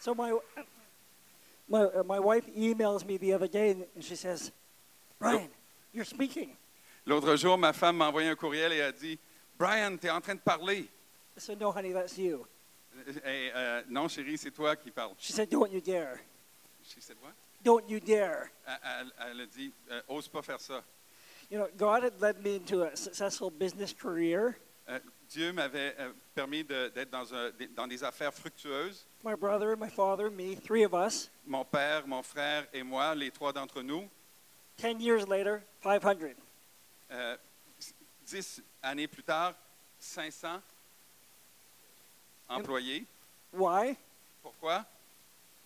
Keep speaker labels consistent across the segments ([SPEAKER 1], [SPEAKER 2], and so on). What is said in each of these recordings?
[SPEAKER 1] So my, my, uh, my wife emails me the other day and she says, Brian, you're speaking.
[SPEAKER 2] L'autre jour, ma femme m'a envoyé un courriel et a dit Brian, tu es en train de parler.
[SPEAKER 1] I said, no, honey, that's you.
[SPEAKER 2] Et, euh, non, chérie, c'est toi qui parles.
[SPEAKER 1] She said, don't you dare.
[SPEAKER 2] She said what?
[SPEAKER 1] Don't you dare.
[SPEAKER 2] Elle, elle- elle a dit Euh, Ose pas faire ça.
[SPEAKER 1] You know, God had led me into a successful business career.
[SPEAKER 2] Euh, Dieu m'avait euh, permis de- d'être dans, un- des- dans des affaires fructueuses.
[SPEAKER 1] My brother, my father, me, three of us.
[SPEAKER 2] Mon père, mon frère et moi, les trois d'entre nous,
[SPEAKER 1] Ten years later, 500.
[SPEAKER 2] euh, dix années plus tard, 500 employés.
[SPEAKER 1] Why?
[SPEAKER 2] Pourquoi?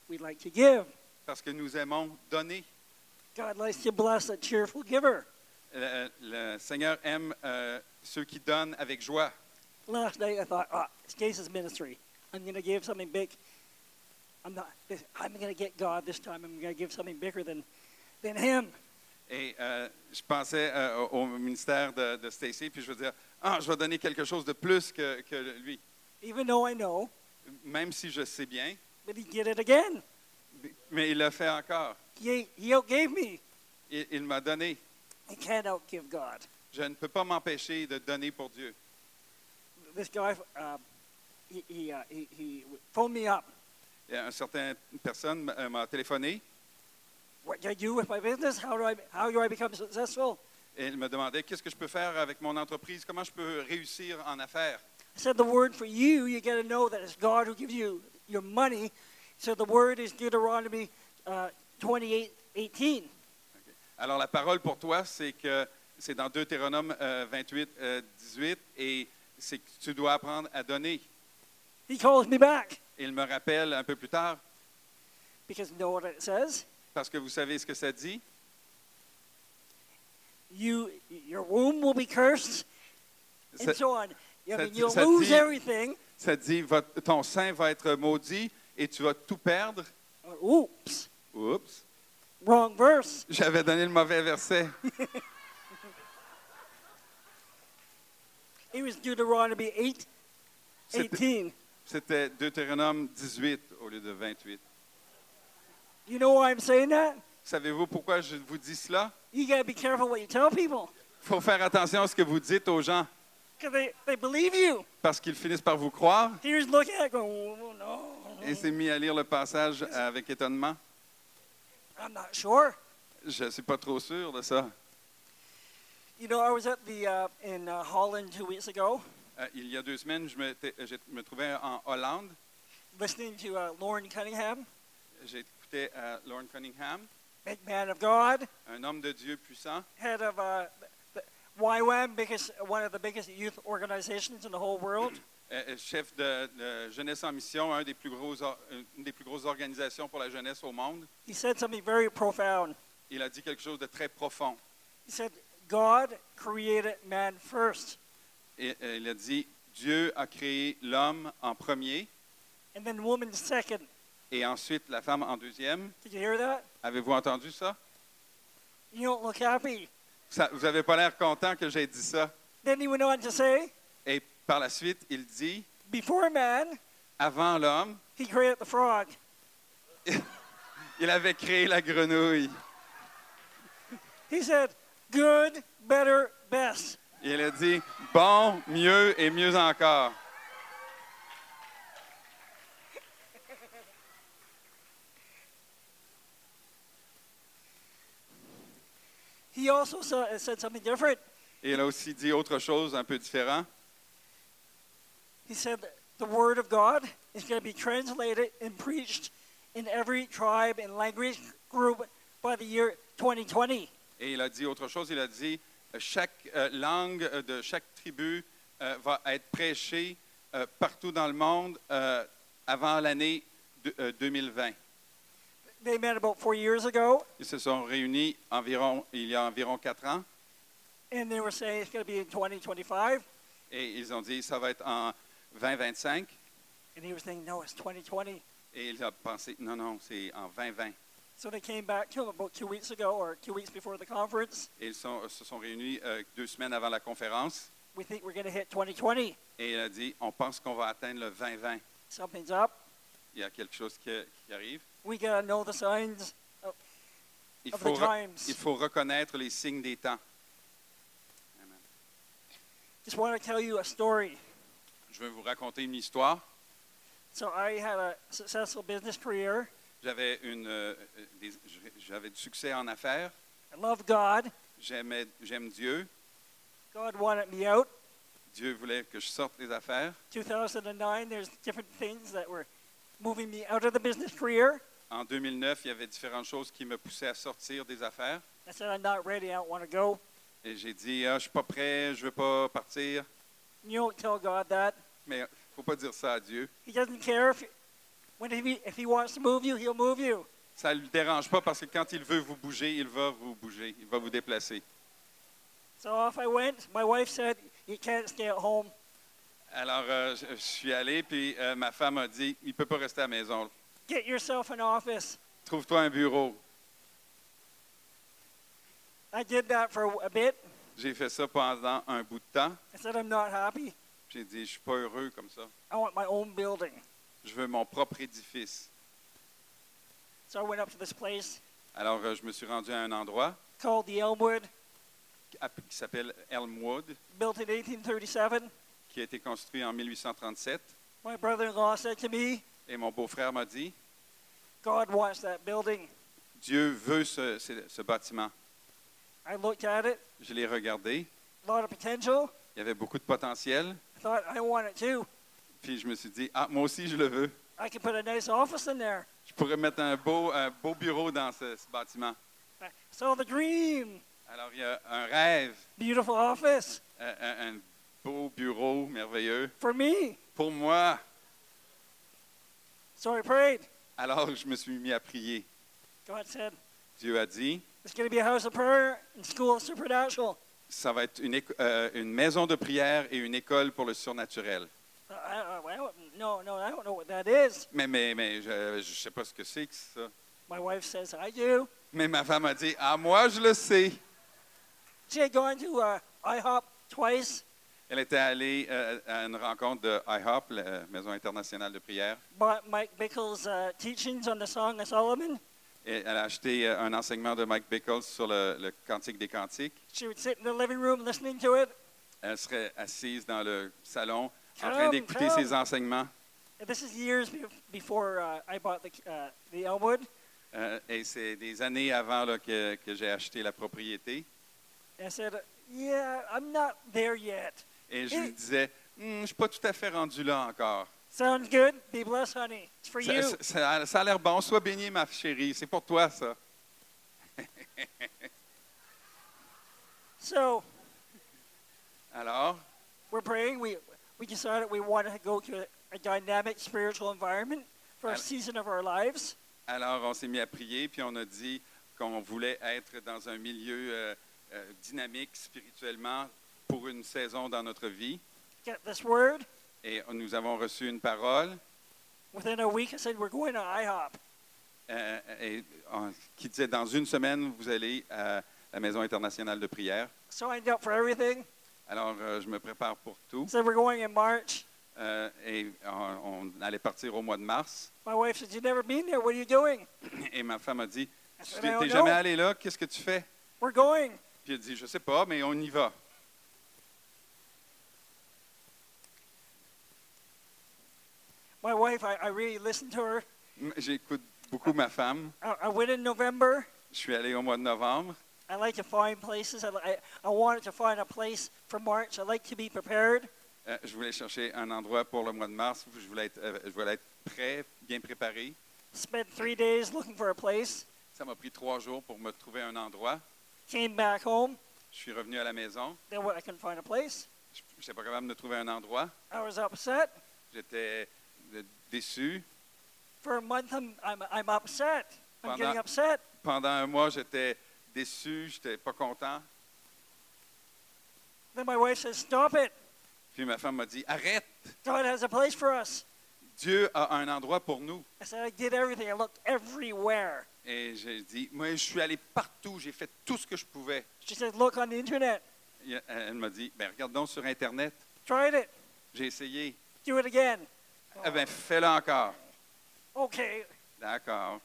[SPEAKER 1] We like to give.
[SPEAKER 2] Parce que nous aimons donner.
[SPEAKER 1] God likes to bless a cheerful giver.
[SPEAKER 2] Le, Euh, le Seigneur aime euh, ceux qui donnent avec joie.
[SPEAKER 1] Last night I thought, ah, it's Casey's ministry. I'm going to give something big. I'm not. I'm going to get God this time. I'm going to give something bigger than, than him.
[SPEAKER 2] Et euh, je pensais euh, au au ministère de, de Stacy, puis je veux dire, ah, je vais donner quelque chose de plus que, que lui.
[SPEAKER 1] Even though I know,
[SPEAKER 2] Même si je sais bien,
[SPEAKER 1] but he did it again.
[SPEAKER 2] mais il le fait encore.
[SPEAKER 1] He he outgave me.
[SPEAKER 2] Il, il m'a donné.
[SPEAKER 1] I can't outgive God.
[SPEAKER 2] Je ne peux pas m'empêcher de donner pour Dieu.
[SPEAKER 1] This guy, uh, he he, uh, he he phoned me up.
[SPEAKER 2] Et Une certaine personne m'a- euh, m'a téléphoné
[SPEAKER 1] What do I do with my business? How do I how do I become successful?
[SPEAKER 2] et il me demandait qu'est-ce que je peux faire avec mon entreprise, comment je peux réussir en affaires.
[SPEAKER 1] I said the word for you, you got to know that it's God who gives you your money. So the word is Deuteronomy uh, 28 18.
[SPEAKER 2] Alors la parole pour toi, c'est que c'est dans Deutéronome euh, 28, euh, 18 et c'est que tu dois apprendre à donner.
[SPEAKER 1] He calls me back
[SPEAKER 2] Il me rappelle un peu plus tard
[SPEAKER 1] because know what it says?
[SPEAKER 2] parce que vous savez ce que ça dit.
[SPEAKER 1] You, your womb will be cursed,
[SPEAKER 2] Ça,
[SPEAKER 1] and so on. I
[SPEAKER 2] ça
[SPEAKER 1] mean,
[SPEAKER 2] dit-
[SPEAKER 1] you'll
[SPEAKER 2] ça
[SPEAKER 1] lose
[SPEAKER 2] dit-
[SPEAKER 1] everything.
[SPEAKER 2] ça dit votre- ton sein va être maudit et tu vas tout perdre.
[SPEAKER 1] Oops,
[SPEAKER 2] Oups,
[SPEAKER 1] wrong verse.
[SPEAKER 2] j'avais donné le mauvais verset.
[SPEAKER 1] It was Deuteronomy 8
[SPEAKER 2] C'était-
[SPEAKER 1] 18.
[SPEAKER 2] C'était Deutéronome 18 au lieu de 28.
[SPEAKER 1] You know why I'm saying that?
[SPEAKER 2] Savez-vous pourquoi je vous dis cela?
[SPEAKER 1] You got to be careful what you tell people
[SPEAKER 2] Il faut faire attention à ce que vous dites aux gens
[SPEAKER 1] because they, they believe you.
[SPEAKER 2] parce qu'ils finissent par vous croire.
[SPEAKER 1] Here's looking at it going, oh, no,
[SPEAKER 2] Et s'est mis à lire le passage avec étonnement.
[SPEAKER 1] I'm not sure.
[SPEAKER 2] Je ne suis pas trop sûr de ça.
[SPEAKER 1] You know, I was at the uh, in uh, Holland two weeks ago,
[SPEAKER 2] Euh, il y a deux semaines, je me, je me trouvais en Hollande.
[SPEAKER 1] listening to uh, Lauren Cunningham,
[SPEAKER 2] J'écoutais euh, Lorne Cunningham,
[SPEAKER 1] big man of God,
[SPEAKER 2] un homme de Dieu puissant,
[SPEAKER 1] head of uh, the YWAM, biggest, one of the biggest youth organizations in the whole world.
[SPEAKER 2] euh, euh, chef de, de Jeunesse en Mission, un des plus gros or- euh, une des plus grosses organisations pour la jeunesse au monde.
[SPEAKER 1] He said something very profound.
[SPEAKER 2] Il a dit quelque chose de très profond.
[SPEAKER 1] He said, "God created man first,
[SPEAKER 2] Et, euh, il a dit, Dieu a créé l'homme en premier
[SPEAKER 1] and then woman second.
[SPEAKER 2] et ensuite la femme en deuxième.
[SPEAKER 1] Did you hear that?
[SPEAKER 2] Avez-vous entendu ça?
[SPEAKER 1] You don't look happy.
[SPEAKER 2] Ça- vous n'avez pas l'air content que j'ai dit ça.
[SPEAKER 1] Then he went on to say,
[SPEAKER 2] Et par la suite, il dit,
[SPEAKER 1] before man,
[SPEAKER 2] avant l'homme,
[SPEAKER 1] he created the frog.
[SPEAKER 2] Il avait créé la grenouille.
[SPEAKER 1] He said, good, better, best.
[SPEAKER 2] Il a dit bon, mieux et mieux encore.
[SPEAKER 1] He also saw, said something different.
[SPEAKER 2] Et il a aussi dit autre chose un peu différent.
[SPEAKER 1] He said, the word of God is going to be translated and preached in every tribe and language group by the year 2020.
[SPEAKER 2] Et il a dit autre chose. Il a dit chaque euh, langue euh, de chaque tribu euh, va être prêchée euh, partout dans le monde euh, avant l'année de- euh, 2020.
[SPEAKER 1] They met about four years ago,
[SPEAKER 2] Ils se sont réunis environ il y a environ quatre ans
[SPEAKER 1] and they were saying it's going to be in 2025.
[SPEAKER 2] et ils ont dit ça va être en 2025.
[SPEAKER 1] And he was thinking, no, it's 2020.
[SPEAKER 2] Et il a pensé non non c'est en 2020.
[SPEAKER 1] So they came back to him about two weeks ago or two weeks before the conference.
[SPEAKER 2] Et ils sont- se sont réunis euh, deux semaines avant la conférence.
[SPEAKER 1] We think we're going to hit 2020.
[SPEAKER 2] Et il a dit, on pense qu'on va atteindre le 2020.
[SPEAKER 1] Something's up.
[SPEAKER 2] Il il y a quelque chose qui, qui arrive.
[SPEAKER 1] We got to know the signs.
[SPEAKER 2] Il
[SPEAKER 1] Of the
[SPEAKER 2] faut, re-
[SPEAKER 1] times.
[SPEAKER 2] il faut reconnaître les signes des temps. Amen.
[SPEAKER 1] Just want to tell you a story.
[SPEAKER 2] Je veux vous raconter une histoire.
[SPEAKER 1] So I had a successful business career.
[SPEAKER 2] J'avais une, euh, des- j'avais du succès en affaires.
[SPEAKER 1] I love God.
[SPEAKER 2] J'aimais, j'aime Dieu.
[SPEAKER 1] God wanted me out.
[SPEAKER 2] Dieu voulait que je sorte des affaires.
[SPEAKER 1] 2009, there's different things that were moving me out of the business career.
[SPEAKER 2] En 2009, il y avait différentes choses qui me poussaient à sortir des affaires.
[SPEAKER 1] I said, I'm not ready. I don't want to go.
[SPEAKER 2] Et j'ai dit, ah, je suis pas prêt, je veux pas partir.
[SPEAKER 1] You don't tell God that.
[SPEAKER 2] Mais faut pas dire ça à Dieu.
[SPEAKER 1] He doesn't care if, when he, if he wants to move you, he'll move you.
[SPEAKER 2] Ça ne le dérange pas parce que quand il veut vous bouger, il va vous bouger, il va vous déplacer.
[SPEAKER 1] So off I went. My wife said, You can't stay at home.
[SPEAKER 2] Alors, euh, je, je suis allé, puis euh, ma femme a dit, il peut pas rester à la maison.
[SPEAKER 1] Get yourself an office.
[SPEAKER 2] Trouve-toi un bureau.
[SPEAKER 1] I did that for a bit.
[SPEAKER 2] J'ai fait ça pendant un bout de temps.
[SPEAKER 1] I said, I'm not happy.
[SPEAKER 2] J'ai dit, je suis pas heureux comme ça.
[SPEAKER 1] I want my own building.
[SPEAKER 2] Je veux mon propre édifice.
[SPEAKER 1] So I went up to this place
[SPEAKER 2] Alors, euh, je me suis rendu à un endroit
[SPEAKER 1] called the Elmwood,
[SPEAKER 2] qui app- qui s'appelle Elmwood,
[SPEAKER 1] built in 1837.
[SPEAKER 2] qui a été construit en 1837.
[SPEAKER 1] My brother in law said to me,
[SPEAKER 2] Et mon beau-frère m'a dit,
[SPEAKER 1] God wants that building.
[SPEAKER 2] Dieu veut ce, ce- ce bâtiment.
[SPEAKER 1] I looked at it,
[SPEAKER 2] Je l'ai regardé.
[SPEAKER 1] a lot of potential.
[SPEAKER 2] Il y avait beaucoup de potentiel.
[SPEAKER 1] I thought, I want it too.
[SPEAKER 2] Puis je me suis dit, ah, moi aussi, je le veux.
[SPEAKER 1] I could put a nice office in there.
[SPEAKER 2] Je pourrais mettre un beau, un beau bureau dans ce, ce bâtiment.
[SPEAKER 1] I saw the dream.
[SPEAKER 2] Alors, il y a un rêve,
[SPEAKER 1] Beautiful office
[SPEAKER 2] un, un- un beau bureau merveilleux
[SPEAKER 1] for me.
[SPEAKER 2] pour moi.
[SPEAKER 1] So I prayed.
[SPEAKER 2] Alors, je me suis mis à prier.
[SPEAKER 1] God said,
[SPEAKER 2] Dieu a dit,
[SPEAKER 1] It's going to be a house of prayer and school of supernatural.
[SPEAKER 2] ça va être une, éco- euh, une maison de prière et une école pour le surnaturel.
[SPEAKER 1] Uh, I, I, I don't- no, no, I don't know what that is.
[SPEAKER 2] Mais, mais, mais je ne sais pas ce que c'est que ça.
[SPEAKER 1] My wife says, I do.
[SPEAKER 2] Mais ma femme a dit, ah, moi, je le sais.
[SPEAKER 1] She had gone to uh, IHOP twice,
[SPEAKER 2] Elle était allée euh, à une rencontre de IHOP, la Maison internationale de prière,
[SPEAKER 1] bought Mike Bickle's uh, teachings on the Song of Solomon.
[SPEAKER 2] et elle a acheté euh, un enseignement de Mike Bickles sur le, le Cantique des Cantiques.
[SPEAKER 1] She would sit in the living room listening to it.
[SPEAKER 2] Elle serait assise dans le salon en
[SPEAKER 1] Come,
[SPEAKER 2] train d'écouter
[SPEAKER 1] come.
[SPEAKER 2] ses enseignements.
[SPEAKER 1] And This is years be- before uh, I bought the, uh, the Elmwood.
[SPEAKER 2] Euh, et c'est des années avant là, que, que j'ai acheté la propriété.
[SPEAKER 1] And I said, Yeah, I'm not there yet.
[SPEAKER 2] Et je
[SPEAKER 1] Et-
[SPEAKER 2] lui disais, Hmm, je ne suis pas tout à fait rendu là encore.
[SPEAKER 1] Sounds good? Be blessed, honey. It's for
[SPEAKER 2] Ça,
[SPEAKER 1] you.
[SPEAKER 2] ça- ça a- ça a l'air bon. Sois béni, ma chérie. C'est pour toi, ça.
[SPEAKER 1] So
[SPEAKER 2] Alors,
[SPEAKER 1] we're praying. We, we decided we wanted to go to a, a dynamic spiritual environment for a
[SPEAKER 2] And-
[SPEAKER 1] season of our lives.
[SPEAKER 2] alors on s'est mis à prier, puis on a dit qu'on voulait être dans un milieu euh, euh, dynamique spirituellement pour une saison dans notre vie.
[SPEAKER 1] Get this word.
[SPEAKER 2] Et nous avons reçu une parole
[SPEAKER 1] Within a week, I said, We're going to IHOP.
[SPEAKER 2] euh, et, en- qui disait, dans une semaine, vous allez à la Maison internationale de prière.
[SPEAKER 1] Signed up for everything.
[SPEAKER 2] Alors, euh, je me prépare pour tout.
[SPEAKER 1] Said, We're going in March.
[SPEAKER 2] Euh, et on, on allait partir au mois de mars.
[SPEAKER 1] My wife said, You've never been there. What are you doing?
[SPEAKER 2] Et ma femme a dit,
[SPEAKER 1] I
[SPEAKER 2] tu
[SPEAKER 1] said, I
[SPEAKER 2] n'es
[SPEAKER 1] don't
[SPEAKER 2] jamais
[SPEAKER 1] know.
[SPEAKER 2] allé là, qu'est-ce que tu fais?
[SPEAKER 1] We're going.
[SPEAKER 2] Puis elle dit, je sais pas, mais on y va.
[SPEAKER 1] My wife, I, I really listened to her.
[SPEAKER 2] M- J'écoute beaucoup ma femme.
[SPEAKER 1] I, I went in November.
[SPEAKER 2] Je suis allé au mois de novembre.
[SPEAKER 1] I like to find places. I, I, I wanted to find a place for March. I like to be prepared.
[SPEAKER 2] Euh, je voulais chercher un endroit pour le mois de mars. où Je voulais être, euh, je voulais être prêt, bien préparé.
[SPEAKER 1] Spent three days looking for a place.
[SPEAKER 2] Ça m'a pris trois jours pour me trouver un endroit.
[SPEAKER 1] Came back home.
[SPEAKER 2] Je suis revenu à la maison.
[SPEAKER 1] Then what, I couldn't find a place.
[SPEAKER 2] Je n'étais pas capable de trouver un endroit.
[SPEAKER 1] I was upset.
[SPEAKER 2] J'étais euh, déçu.
[SPEAKER 1] For a month, I'm, I'm, I'm upset. I'm
[SPEAKER 2] Pendant-
[SPEAKER 1] getting upset.
[SPEAKER 2] Pendant un mois, j'étais déçu. J'étais pas content.
[SPEAKER 1] Then my wife says, Stop it.
[SPEAKER 2] Puis ma femme m'a dit, arrête.
[SPEAKER 1] God has a place for us.
[SPEAKER 2] Dieu a un endroit pour nous.
[SPEAKER 1] I said, I did everything. I looked everywhere.
[SPEAKER 2] Et j'ai dit, moi, je suis allé partout. J'ai fait tout ce que je pouvais.
[SPEAKER 1] She said, Look on the internet.
[SPEAKER 2] Il y a- Elle m'a dit, ben, regarde donc sur Internet.
[SPEAKER 1] Tried it.
[SPEAKER 2] J'ai essayé.
[SPEAKER 1] Do it again.
[SPEAKER 2] Eh bien, fais-le encore.
[SPEAKER 1] Okay,
[SPEAKER 2] D'accord.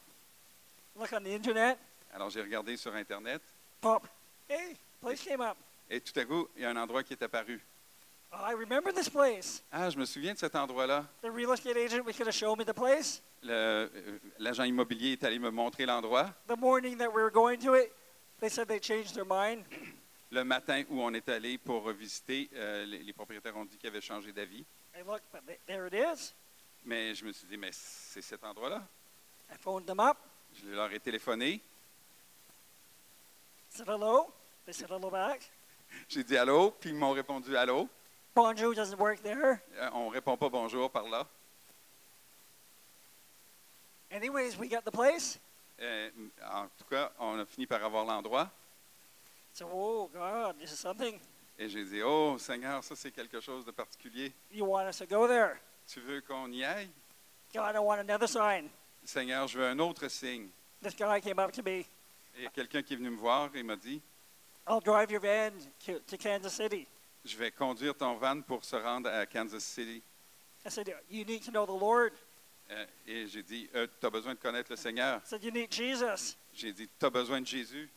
[SPEAKER 1] look on the internet,
[SPEAKER 2] Alors j'ai regardé sur Internet
[SPEAKER 1] pop, hey, place came up. Oh,
[SPEAKER 2] et tout à coup, il y a un endroit qui est apparu.
[SPEAKER 1] I remember this place.
[SPEAKER 2] Ah, je me souviens de cet endroit-là.
[SPEAKER 1] The real estate agent was going to show me the place.
[SPEAKER 2] Le- euh, L'agent immobilier est allé me montrer l'endroit
[SPEAKER 1] The morning that we were going to it, they said they changed their mind.
[SPEAKER 2] le matin où on est allé pour visiter. euh, les, les propriétaires ont dit qu'ils avaient changé d'avis,
[SPEAKER 1] I looked, but th- there it is.
[SPEAKER 2] mais je me suis dit, mais c'est cet endroit-là.
[SPEAKER 1] I phoned them up,
[SPEAKER 2] Je leur ai téléphoné.
[SPEAKER 1] said hello. They said hello back.
[SPEAKER 2] J'ai dit allô, puis ils m'ont répondu allô.
[SPEAKER 1] Bonjour doesn't work there.
[SPEAKER 2] Euh, on répond pas bonjour par là.
[SPEAKER 1] Anyways, we got the place.
[SPEAKER 2] Euh, en tout cas, on a fini par avoir l'endroit.
[SPEAKER 1] So, oh God, this is something.
[SPEAKER 2] Et j'ai dit, oh Seigneur, ça c'est quelque chose de particulier.
[SPEAKER 1] You want us to go there?
[SPEAKER 2] Tu veux qu'on y aille?
[SPEAKER 1] God, I want another sign.
[SPEAKER 2] Seigneur, je veux un autre signe.
[SPEAKER 1] This guy came up to me.
[SPEAKER 2] Et il y a quelqu'un qui est venu me voir et m'a dit,
[SPEAKER 1] I'll drive your van to, to Kansas City.
[SPEAKER 2] je vais conduire ton van pour se rendre à Kansas City.
[SPEAKER 1] I said, You need to know the Lord.
[SPEAKER 2] Euh, et j'ai dit, tu as besoin de connaître le Seigneur.
[SPEAKER 1] I said, You need Jesus.
[SPEAKER 2] J'ai dit, tu as besoin de Jésus.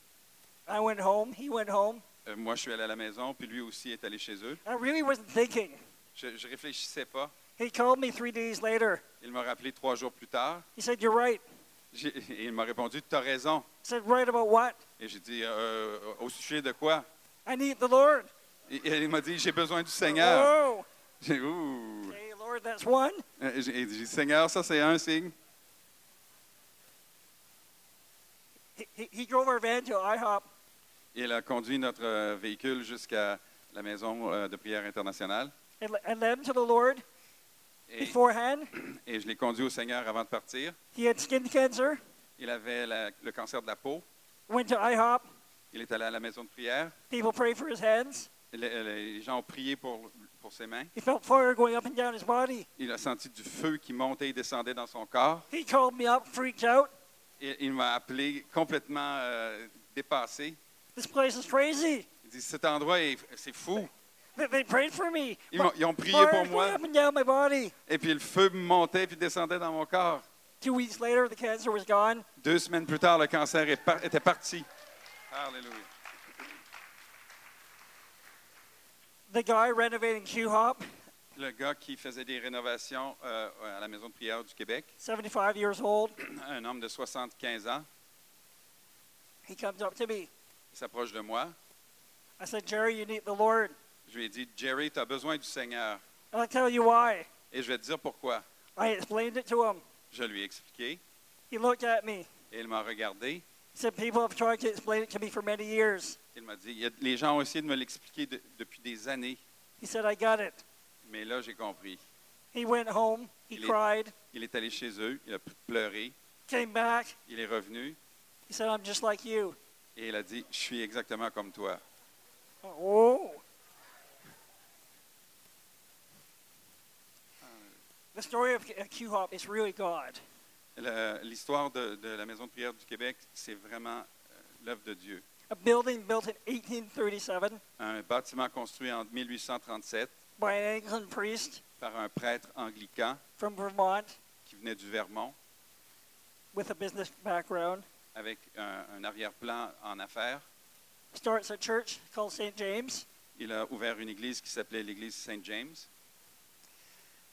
[SPEAKER 1] I went home. He went home.
[SPEAKER 2] Euh, moi, je suis allé à la maison, puis lui aussi est allé chez eux.
[SPEAKER 1] I really wasn't thinking.
[SPEAKER 2] Je ne réfléchissais pas.
[SPEAKER 1] He called me three days later.
[SPEAKER 2] Il m'a rappelé trois jours plus tard.
[SPEAKER 1] He said, You're right. I
[SPEAKER 2] J'ai- et il m'a répondu, tu as raison.
[SPEAKER 1] said, Right about what?
[SPEAKER 2] Et j'ai dit, Euh, au sujet de quoi?
[SPEAKER 1] I need the Lord.
[SPEAKER 2] Et, et il m'a dit, j'ai besoin du Seigneur.
[SPEAKER 1] Oh,
[SPEAKER 2] J'ai ouh.
[SPEAKER 1] okay, Lord, that's one.
[SPEAKER 2] Euh, J'ai j'ai dit, Seigneur, ça c'est un signe.
[SPEAKER 1] He, he, he drove our van to IHOP.
[SPEAKER 2] Il a conduit notre euh, véhicule jusqu'à la maison euh, de prière internationale.
[SPEAKER 1] and le- I led him to the Lord
[SPEAKER 2] Et,
[SPEAKER 1] beforehand.
[SPEAKER 2] et je l'ai conduit au Seigneur avant de partir.
[SPEAKER 1] He had skin cancer,
[SPEAKER 2] Il avait la- le cancer de la peau.
[SPEAKER 1] went to IHOP.
[SPEAKER 2] Il est allé à la maison de prière.
[SPEAKER 1] People prayed for his hands.
[SPEAKER 2] Les, les gens ont prié pour, pour ses mains.
[SPEAKER 1] He felt fire going up and down his body.
[SPEAKER 2] Il a senti du feu qui montait et descendait dans son corps.
[SPEAKER 1] He called me up, freaked out.
[SPEAKER 2] Et il m'a appelé complètement euh, dépassé.
[SPEAKER 1] This place is crazy.
[SPEAKER 2] Il dit, cet endroit, est- c'est fou.
[SPEAKER 1] They, they prayed for me.
[SPEAKER 2] Ils, m'ont- ils ont prié
[SPEAKER 1] Fire
[SPEAKER 2] pour
[SPEAKER 1] going
[SPEAKER 2] moi.
[SPEAKER 1] up and down my body.
[SPEAKER 2] Et puis le feu me montait puis descendait dans mon corps.
[SPEAKER 1] Two weeks later, the cancer was gone.
[SPEAKER 2] Deux semaines plus tard, le cancer est par- était parti. Alléluia.
[SPEAKER 1] The guy renovating Q Hop,
[SPEAKER 2] Le gars qui faisait des rénovations euh, à la maison de prière du Québec,
[SPEAKER 1] 75 years old,
[SPEAKER 2] un homme de 75 ans,
[SPEAKER 1] he comes up to me.
[SPEAKER 2] il s'approche de moi.
[SPEAKER 1] I said, Jerry, you need the Lord.
[SPEAKER 2] Je lui ai dit, Jerry, tu as besoin du Seigneur.
[SPEAKER 1] And I'll tell you why.
[SPEAKER 2] Et je vais te dire pourquoi.
[SPEAKER 1] I explained it to him.
[SPEAKER 2] Je lui ai expliqué
[SPEAKER 1] He looked at me.
[SPEAKER 2] et il m'a regardé.
[SPEAKER 1] He said, People have tried to explain it to me for many years.
[SPEAKER 2] Il m'a dit, Il y a- les gens ont essayé de me l'expliquer de- depuis des années,
[SPEAKER 1] He said, I got it.
[SPEAKER 2] mais là, j'ai compris.
[SPEAKER 1] He went home. He
[SPEAKER 2] Il est-
[SPEAKER 1] cried,
[SPEAKER 2] Il est allé chez eux, il a pleuré,
[SPEAKER 1] came back.
[SPEAKER 2] il est revenu
[SPEAKER 1] He said, I'm just like you.
[SPEAKER 2] et il a dit, je suis exactement comme toi.
[SPEAKER 1] Oh. The story of Q Hop is really God.
[SPEAKER 2] Le- L'histoire de, de la maison de prière du Québec, c'est vraiment euh, l'œuvre de Dieu.
[SPEAKER 1] A building built in 1837
[SPEAKER 2] Un bâtiment construit en 1837
[SPEAKER 1] by an Anglican priest
[SPEAKER 2] par un prêtre anglican
[SPEAKER 1] from Vermont
[SPEAKER 2] qui venait du Vermont
[SPEAKER 1] with a business background.
[SPEAKER 2] avec un, un arrière-plan en affaires.
[SPEAKER 1] Starts a church called St. James.
[SPEAKER 2] Il a ouvert une église qui s'appelait l'église Saint James.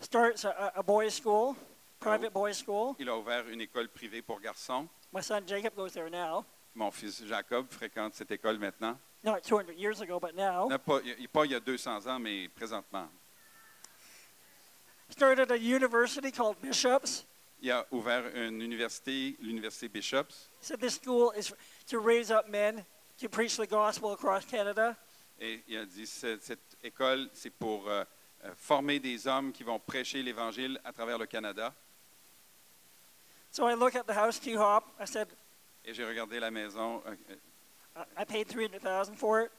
[SPEAKER 1] Starts a, a a boys' school, private boys' school.
[SPEAKER 2] Il a ouvert une école privée pour garçons.
[SPEAKER 1] My son Jacob goes there now.
[SPEAKER 2] Mon fils Jacob fréquente cette école maintenant.
[SPEAKER 1] Not 200 years ago, but now.
[SPEAKER 2] Non, pas, il- pas il y a 200 ans, mais présentement.
[SPEAKER 1] Started a university called Bishops.
[SPEAKER 2] Il a ouvert une université, l'université Bishops,
[SPEAKER 1] So this school is to raise up men to preach the gospel across Canada.
[SPEAKER 2] et il a dit cette, cette école, c'est pour euh, euh, former des hommes qui vont prêcher l'Évangile à travers le Canada.
[SPEAKER 1] So I look at the house Q Hop. I said
[SPEAKER 2] Et j'ai regardé la maison euh, euh,
[SPEAKER 1] I- I paid three hundred thousand for it.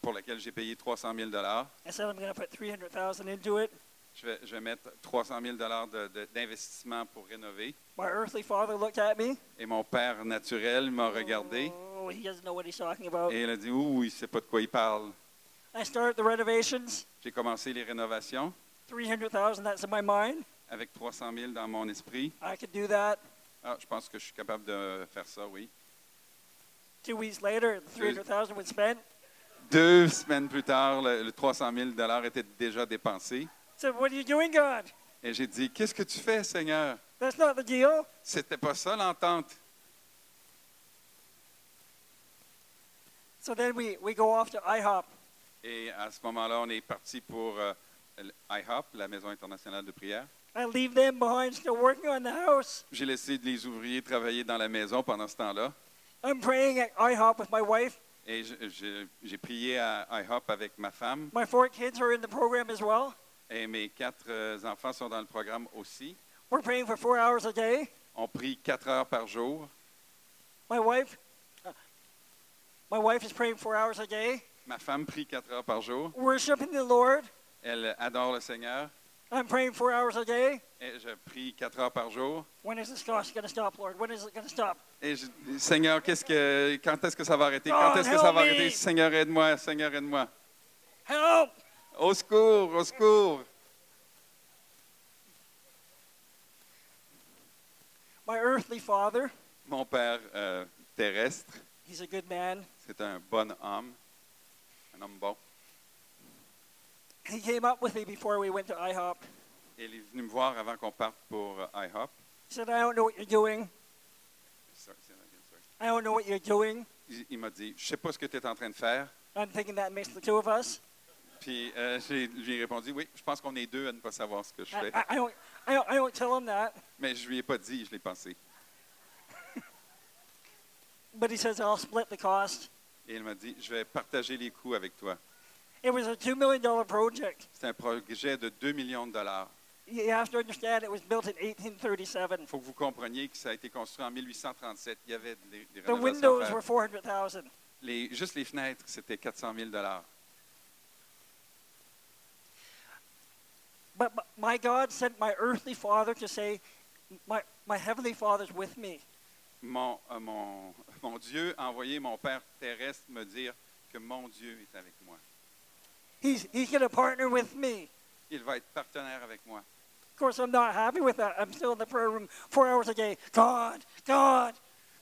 [SPEAKER 2] pour laquelle j'ai payé 300 000
[SPEAKER 1] I said I'm going to put three hundred thousand into it.
[SPEAKER 2] je vais, je vais mettre 300 000 de- de- d'investissement pour rénover.
[SPEAKER 1] My earthly father looked at me.
[SPEAKER 2] Et mon père naturel m'a regardé
[SPEAKER 1] Oh, he doesn't know what he's talking about.
[SPEAKER 2] et il a dit Ouh, il ne sait pas de quoi il parle.
[SPEAKER 1] I start the renovations.
[SPEAKER 2] J'ai commencé les rénovations.
[SPEAKER 1] Three hundred thousand. That's in my mind.
[SPEAKER 2] avec 300 000 dans mon esprit.
[SPEAKER 1] I could do that.
[SPEAKER 2] Ah, je pense que je suis capable de faire ça, oui.
[SPEAKER 1] Two weeks later, the 300,000 was spent.
[SPEAKER 2] Deux semaines plus tard, le, le 300 000 était déjà dépensé.
[SPEAKER 1] said, What are you doing, God?
[SPEAKER 2] Et j'ai dit, qu'est-ce que tu fais, Seigneur?
[SPEAKER 1] That's not the deal.
[SPEAKER 2] C'était pas ça l'entente.
[SPEAKER 1] So then we, we go off to IHOP.
[SPEAKER 2] Et à ce moment-là, on est parti pour euh, l- IHOP, la Maison internationale de prière.
[SPEAKER 1] I leave them behind, still working on the house.
[SPEAKER 2] J'ai laissé les ouvriers travailler dans la maison pendant ce temps-là.
[SPEAKER 1] I'm praying at IHOP with my wife.
[SPEAKER 2] Et je- je- j'ai prié à IHOP avec ma femme.
[SPEAKER 1] My four kids are in the program as well.
[SPEAKER 2] Et mes quatre euh, enfants sont dans le programme aussi.
[SPEAKER 1] We're praying for four hours a day.
[SPEAKER 2] On prie quatre heures par jour.
[SPEAKER 1] My wife, uh, my wife is praying four hours a day,
[SPEAKER 2] Ma femme prie quatre heures par jour.
[SPEAKER 1] worshiping the Lord.
[SPEAKER 2] Elle adore le Seigneur.
[SPEAKER 1] I'm praying four hours a day.
[SPEAKER 2] Et Eh, je prie quatre heures par jour.
[SPEAKER 1] When is this gosh going to stop, Lord? When is it going to stop?
[SPEAKER 2] Et je dis, Seigneur, qu'est-ce que, quand est-ce que ça va arrêter?
[SPEAKER 1] God,
[SPEAKER 2] Quand est-ce que ça va
[SPEAKER 1] Oh, help me.
[SPEAKER 2] arrêter? Seigneur, aide-moi. Seigneur, aide-moi.
[SPEAKER 1] Help!
[SPEAKER 2] Au secours, au secours.
[SPEAKER 1] My earthly father,
[SPEAKER 2] Mon père euh, terrestre,
[SPEAKER 1] he's a good man.
[SPEAKER 2] c'est un bon homme. Un homme bon.
[SPEAKER 1] He came up with me before we went to IHOP.
[SPEAKER 2] Il est venu me voir avant qu'on parte pour euh, IHOP.
[SPEAKER 1] He said, I don't know what you're doing.
[SPEAKER 2] Sorry, sorry, sorry.
[SPEAKER 1] I don't know what you're doing.
[SPEAKER 2] Il- Il m'a dit, je sais pas ce que tu es en train de faire.
[SPEAKER 1] I'm thinking that makes the two of us.
[SPEAKER 2] Puis euh, j'ai- je lui ai répondu, oui, je pense qu'on est deux à ne pas savoir ce que je
[SPEAKER 1] I,
[SPEAKER 2] fais.
[SPEAKER 1] I, I, don't, I, don't, I don't tell him that.
[SPEAKER 2] Mais je lui ai pas dit, je l'ai pensé.
[SPEAKER 1] But he says, I'll split the cost.
[SPEAKER 2] Et il m'a dit, je vais partager les coûts avec toi.
[SPEAKER 1] It was a $2 million project.
[SPEAKER 2] C'est un projet de 2 millions de dollars.
[SPEAKER 1] You have to understand it was built in 1837.
[SPEAKER 2] Il faut que vous compreniez que ça a été construit en 1837. Il y avait des, des
[SPEAKER 1] The
[SPEAKER 2] rénovations. à
[SPEAKER 1] windows
[SPEAKER 2] faire.
[SPEAKER 1] were 400,000.
[SPEAKER 2] Les- juste les fenêtres, c'était 400 000 dollars.
[SPEAKER 1] But but my God sent my earthly father to say, my, my heavenly father's with me.
[SPEAKER 2] Mon, euh, mon, mon Dieu a envoyé mon Père terrestre me dire que mon Dieu est avec moi.
[SPEAKER 1] He's, he's going to partner with me.
[SPEAKER 2] Il va être partenaire avec moi.
[SPEAKER 1] Of course, I'm not happy with that. I'm still in the prayer room four hours a day. God, God.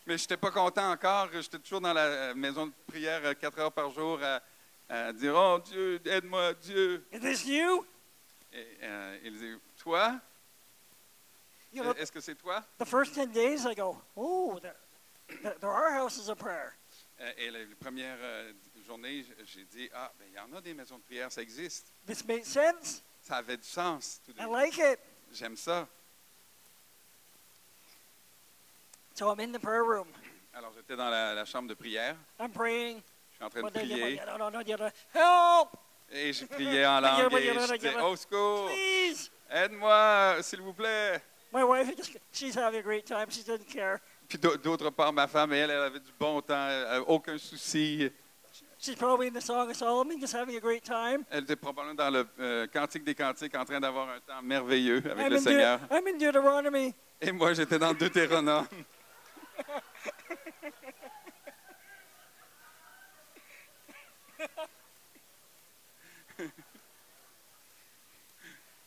[SPEAKER 2] Mais je n'étais pas content encore. J'étais toujours dans la maison de prière euh, quatre heures par jour à, à dire Oh Dieu, aide-moi, Dieu.
[SPEAKER 1] Is this you?
[SPEAKER 2] Et, euh, il dit Toi
[SPEAKER 1] You know,
[SPEAKER 2] Est-ce que c'est toi
[SPEAKER 1] the first 10 days I go, oh, there, there- there are houses of prayer.
[SPEAKER 2] Euh, Et la la première euh, journée, j- j'ai dit Ah, ben, il y en a des maisons de prière, ça existe.
[SPEAKER 1] This made sense.
[SPEAKER 2] Ça avait du sens. tout de
[SPEAKER 1] I
[SPEAKER 2] même.
[SPEAKER 1] like it.
[SPEAKER 2] J'aime ça.
[SPEAKER 1] So I'm in the prayer room.
[SPEAKER 2] Alors, j'étais dans la, la chambre de prière.
[SPEAKER 1] I'm praying.
[SPEAKER 2] Je suis en train de
[SPEAKER 1] One day,
[SPEAKER 2] prier.
[SPEAKER 1] yeah, no, no, no, yeah, no. Help!
[SPEAKER 2] Et je priais en langue et je disais Au secours,
[SPEAKER 1] Please!
[SPEAKER 2] aide-moi, s'il vous plaît.
[SPEAKER 1] My wife, just, she's having a great time. She doesn't care.
[SPEAKER 2] Puis d'au- d'autre part, ma femme, elle, elle avait du bon temps, euh, aucun souci.
[SPEAKER 1] She's probably in the Song of Solomon, just having a great time.
[SPEAKER 2] Elle était probablement dans le euh, Cantique des Cantiques en train d'avoir un temps merveilleux avec
[SPEAKER 1] I'm
[SPEAKER 2] le
[SPEAKER 1] in, Deut-
[SPEAKER 2] Seigneur.
[SPEAKER 1] I'm in Deuteronomy.
[SPEAKER 2] Et moi, j'étais dans Deutéronome.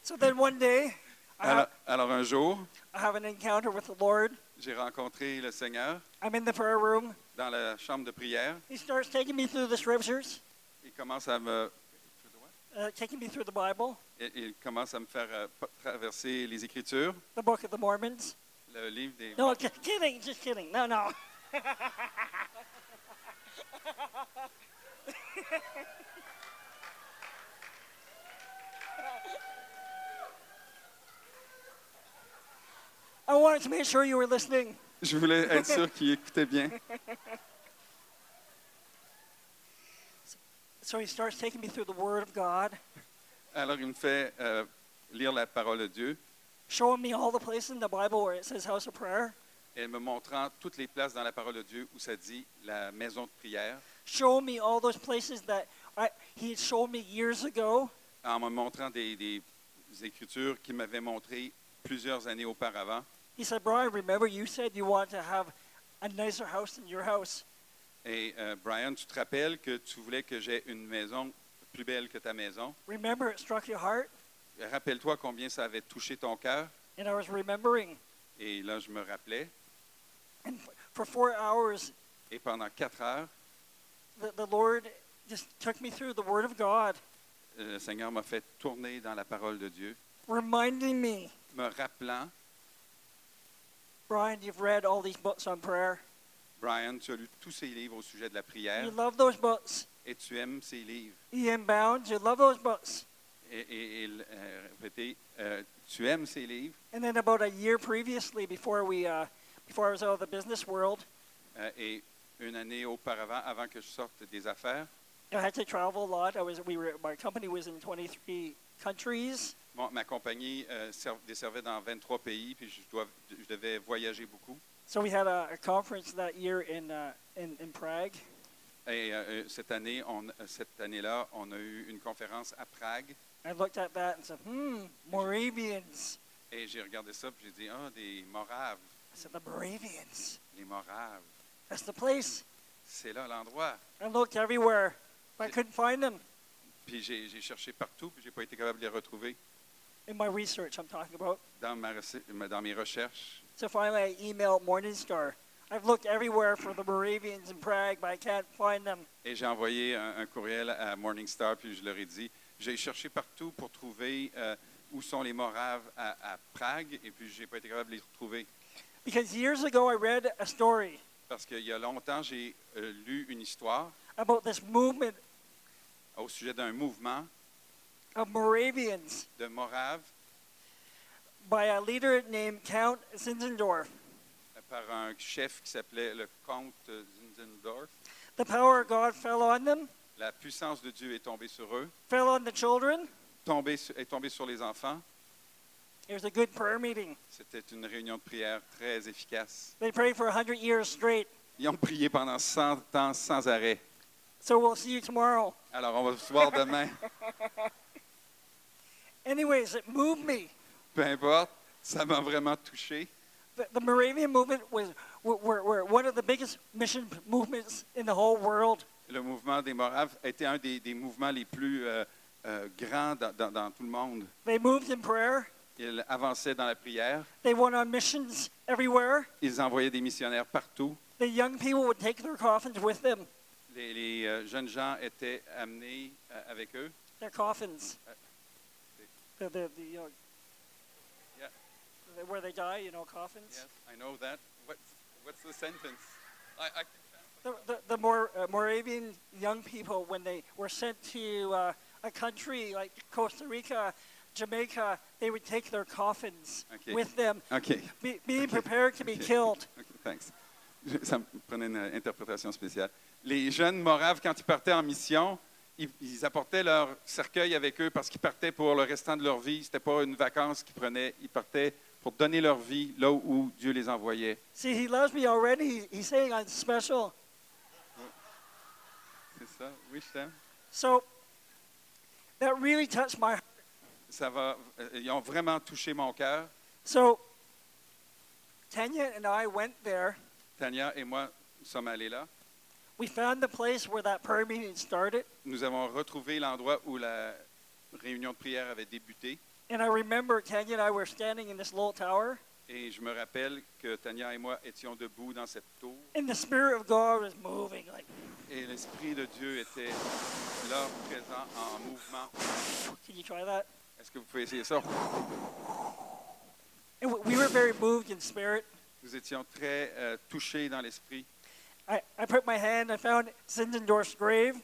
[SPEAKER 1] So then one day, I
[SPEAKER 2] Alors,
[SPEAKER 1] have,
[SPEAKER 2] alors un jour,
[SPEAKER 1] I have an encounter with the Lord.
[SPEAKER 2] j'ai rencontré le Seigneur
[SPEAKER 1] I'm in the prayer room.
[SPEAKER 2] dans la chambre de prière.
[SPEAKER 1] He starts taking me through the scriptures,
[SPEAKER 2] Il commence à me,
[SPEAKER 1] uh, taking me through the Bible,
[SPEAKER 2] il- il commence à me faire euh, pa- traverser les Écritures,
[SPEAKER 1] the Book of the Mormons.
[SPEAKER 2] le livre des...
[SPEAKER 1] No, just kidding, just kidding. No, no. I wanted to make sure you were listening.
[SPEAKER 2] Je voulais être sûr qu'il écoutait bien.
[SPEAKER 1] So he starts taking me through the Word of God,
[SPEAKER 2] Alors, il me fait euh, lire la parole de Dieu
[SPEAKER 1] showing me all the places in the Bible where it says house of prayer,
[SPEAKER 2] et me montrant toutes les places dans la parole de Dieu où ça dit la maison de prière,
[SPEAKER 1] showing me all those places that I, he had shown me years ago
[SPEAKER 2] en me montrant des, des Écritures qu'il m'avait montrées plusieurs années auparavant.
[SPEAKER 1] He said, Brian, remember you said you want to have a nicer house than your house.
[SPEAKER 2] Et euh, Brian, tu te rappelles que tu voulais que j'aie une maison plus belle que ta maison?
[SPEAKER 1] Remember it struck your heart?
[SPEAKER 2] rappelle-toi combien ça avait touché ton cœur.
[SPEAKER 1] And I was remembering.
[SPEAKER 2] Et là, je me rappelais.
[SPEAKER 1] And f- for four hours,
[SPEAKER 2] Et pendant quatre heures,
[SPEAKER 1] the, the Lord just took me through the Word of God,
[SPEAKER 2] euh, le Seigneur m'a fait tourner dans la parole de Dieu,
[SPEAKER 1] reminding me,
[SPEAKER 2] me rappelant,
[SPEAKER 1] Brian, you've read all these books on prayer.
[SPEAKER 2] Brian, tu as lu tous ces livres au sujet de la prière
[SPEAKER 1] You love those books.
[SPEAKER 2] et tu aimes ces livres.
[SPEAKER 1] Ian Bounds, you love those books.
[SPEAKER 2] Et, et- et, euh, répétez, euh, tu aimes ces livres.
[SPEAKER 1] And then about a year previously, before we, uh, before I was out of the business world,
[SPEAKER 2] Euh, et une année auparavant, avant que je sorte des affaires,
[SPEAKER 1] I had to travel a lot. I was, we were, my company was in 23 countries,
[SPEAKER 2] mon- ma compagnie euh, serv- desservait dans 23 pays, puis je, dois- je devais voyager beaucoup.
[SPEAKER 1] so we had a, a conference that year in, uh, in, in Prague.
[SPEAKER 2] Et euh, euh, cette année, on- cette année-là, on a eu une conférence à Prague,
[SPEAKER 1] I looked at that and said, hmm, Moravians.
[SPEAKER 2] et j'ai regardé ça, puis j'ai dit, ah, des Moraves,
[SPEAKER 1] I said, the Moravians.
[SPEAKER 2] les Moraves,
[SPEAKER 1] That's the place.
[SPEAKER 2] c'est là l'endroit.
[SPEAKER 1] I looked everywhere, but I couldn't find them
[SPEAKER 2] Puis j'ai j'ai cherché partout, puis j'ai pas été capable de les retrouver
[SPEAKER 1] in my research I'm talking about.
[SPEAKER 2] dans, ma rece- dans mes recherches.
[SPEAKER 1] So finally I emailed Morningstar. I've looked everywhere for the Moravians in Prague, but I can't find them.
[SPEAKER 2] Et j'ai envoyé un, un courriel à Morningstar, puis je leur ai dit, j'ai cherché partout pour trouver euh, où sont les Moraves à, à Prague, et puis j'ai pas été capable de les retrouver.
[SPEAKER 1] Because years ago I read a story
[SPEAKER 2] Parce qu'il y a longtemps, j'ai euh, lu une histoire
[SPEAKER 1] about this movement
[SPEAKER 2] au sujet d'un mouvement
[SPEAKER 1] of Moravians
[SPEAKER 2] de Moraves
[SPEAKER 1] by a leader named Count Zinzendorf.
[SPEAKER 2] euh, par un chef qui s'appelait le comte euh, Zinzendorf.
[SPEAKER 1] The power of God fell on them,
[SPEAKER 2] La puissance de Dieu est tombée sur eux,
[SPEAKER 1] fell on the children.
[SPEAKER 2] tombée su- est tombée sur les enfants.
[SPEAKER 1] It was a good prayer meeting.
[SPEAKER 2] C'était une réunion de prière très efficace.
[SPEAKER 1] They prayed for 100 years straight.
[SPEAKER 2] Ils ont prié pendant 100 ans sans arrêt.
[SPEAKER 1] So we'll see you tomorrow.
[SPEAKER 2] Alors, on va se voir demain.
[SPEAKER 1] Anyways, it moved me.
[SPEAKER 2] Peu importe, ça m'a vraiment touché.
[SPEAKER 1] The, the Moravian movement was were, were, were one of the biggest mission movements in the whole world.
[SPEAKER 2] Le mouvement des Moraves était un des, des mouvements les plus euh, euh, grands dans, dans- dans tout le monde.
[SPEAKER 1] They moved in prayer.
[SPEAKER 2] Ils avançaient dans la prière.
[SPEAKER 1] They went on missions everywhere.
[SPEAKER 2] Ils envoyaient des missionnaires partout.
[SPEAKER 1] The young people would take their coffins with them.
[SPEAKER 2] Les, les, euh, jeunes gens étaient amenés euh, avec eux.
[SPEAKER 1] Their coffins. The, the, the, you know,
[SPEAKER 2] Yeah.
[SPEAKER 1] the- where they die, you know, coffins.
[SPEAKER 2] I know that. what's the sentence?
[SPEAKER 1] The, the, the Mor- uh, Moravian young people, when they were sent to uh, a country like Costa Rica, Jamaica, they would take their coffins
[SPEAKER 2] Okay.
[SPEAKER 1] with them,
[SPEAKER 2] OK.
[SPEAKER 1] be, being prepared to be killed.
[SPEAKER 2] OK, thanks. Je- Ça me prenait une euh, interprétation spéciale. Les jeunes Moraves, quand ils partaient en mission, ils, ils apportaient leur cercueil avec eux parce qu'ils partaient pour le restant de leur vie. Ce n'était pas une vacance qu'ils prenaient. Ils partaient pour donner leur vie là où Dieu les envoyait.
[SPEAKER 1] See, he loves me already. He- He's saying I'm special.
[SPEAKER 2] C'est ça? Oui, je t'aime.
[SPEAKER 1] So that really touched my heart.
[SPEAKER 2] Ça va, euh, ils ont vraiment touché mon cœur.
[SPEAKER 1] So Tanya and I went there.
[SPEAKER 2] Tania et moi sommes allés là.
[SPEAKER 1] We found the place where that prayer meeting started.
[SPEAKER 2] Nous avons retrouvé l'endroit où la réunion de prière avait débuté.
[SPEAKER 1] And I remember Tanya and I were standing in this little tower,
[SPEAKER 2] Et je me rappelle que Tania et moi étions debout dans cette tour.
[SPEAKER 1] and the Spirit of God was moving. Like,
[SPEAKER 2] Et l'Esprit de Dieu était là, présent, en mouvement.
[SPEAKER 1] can you try that?
[SPEAKER 2] Est-ce que vous pouvez essayer ça?
[SPEAKER 1] And we- we were very moved in spirit.
[SPEAKER 2] Nous étions très euh, touchés dans l'Esprit.
[SPEAKER 1] I, I put my hand, I found Zinzendorf's grave.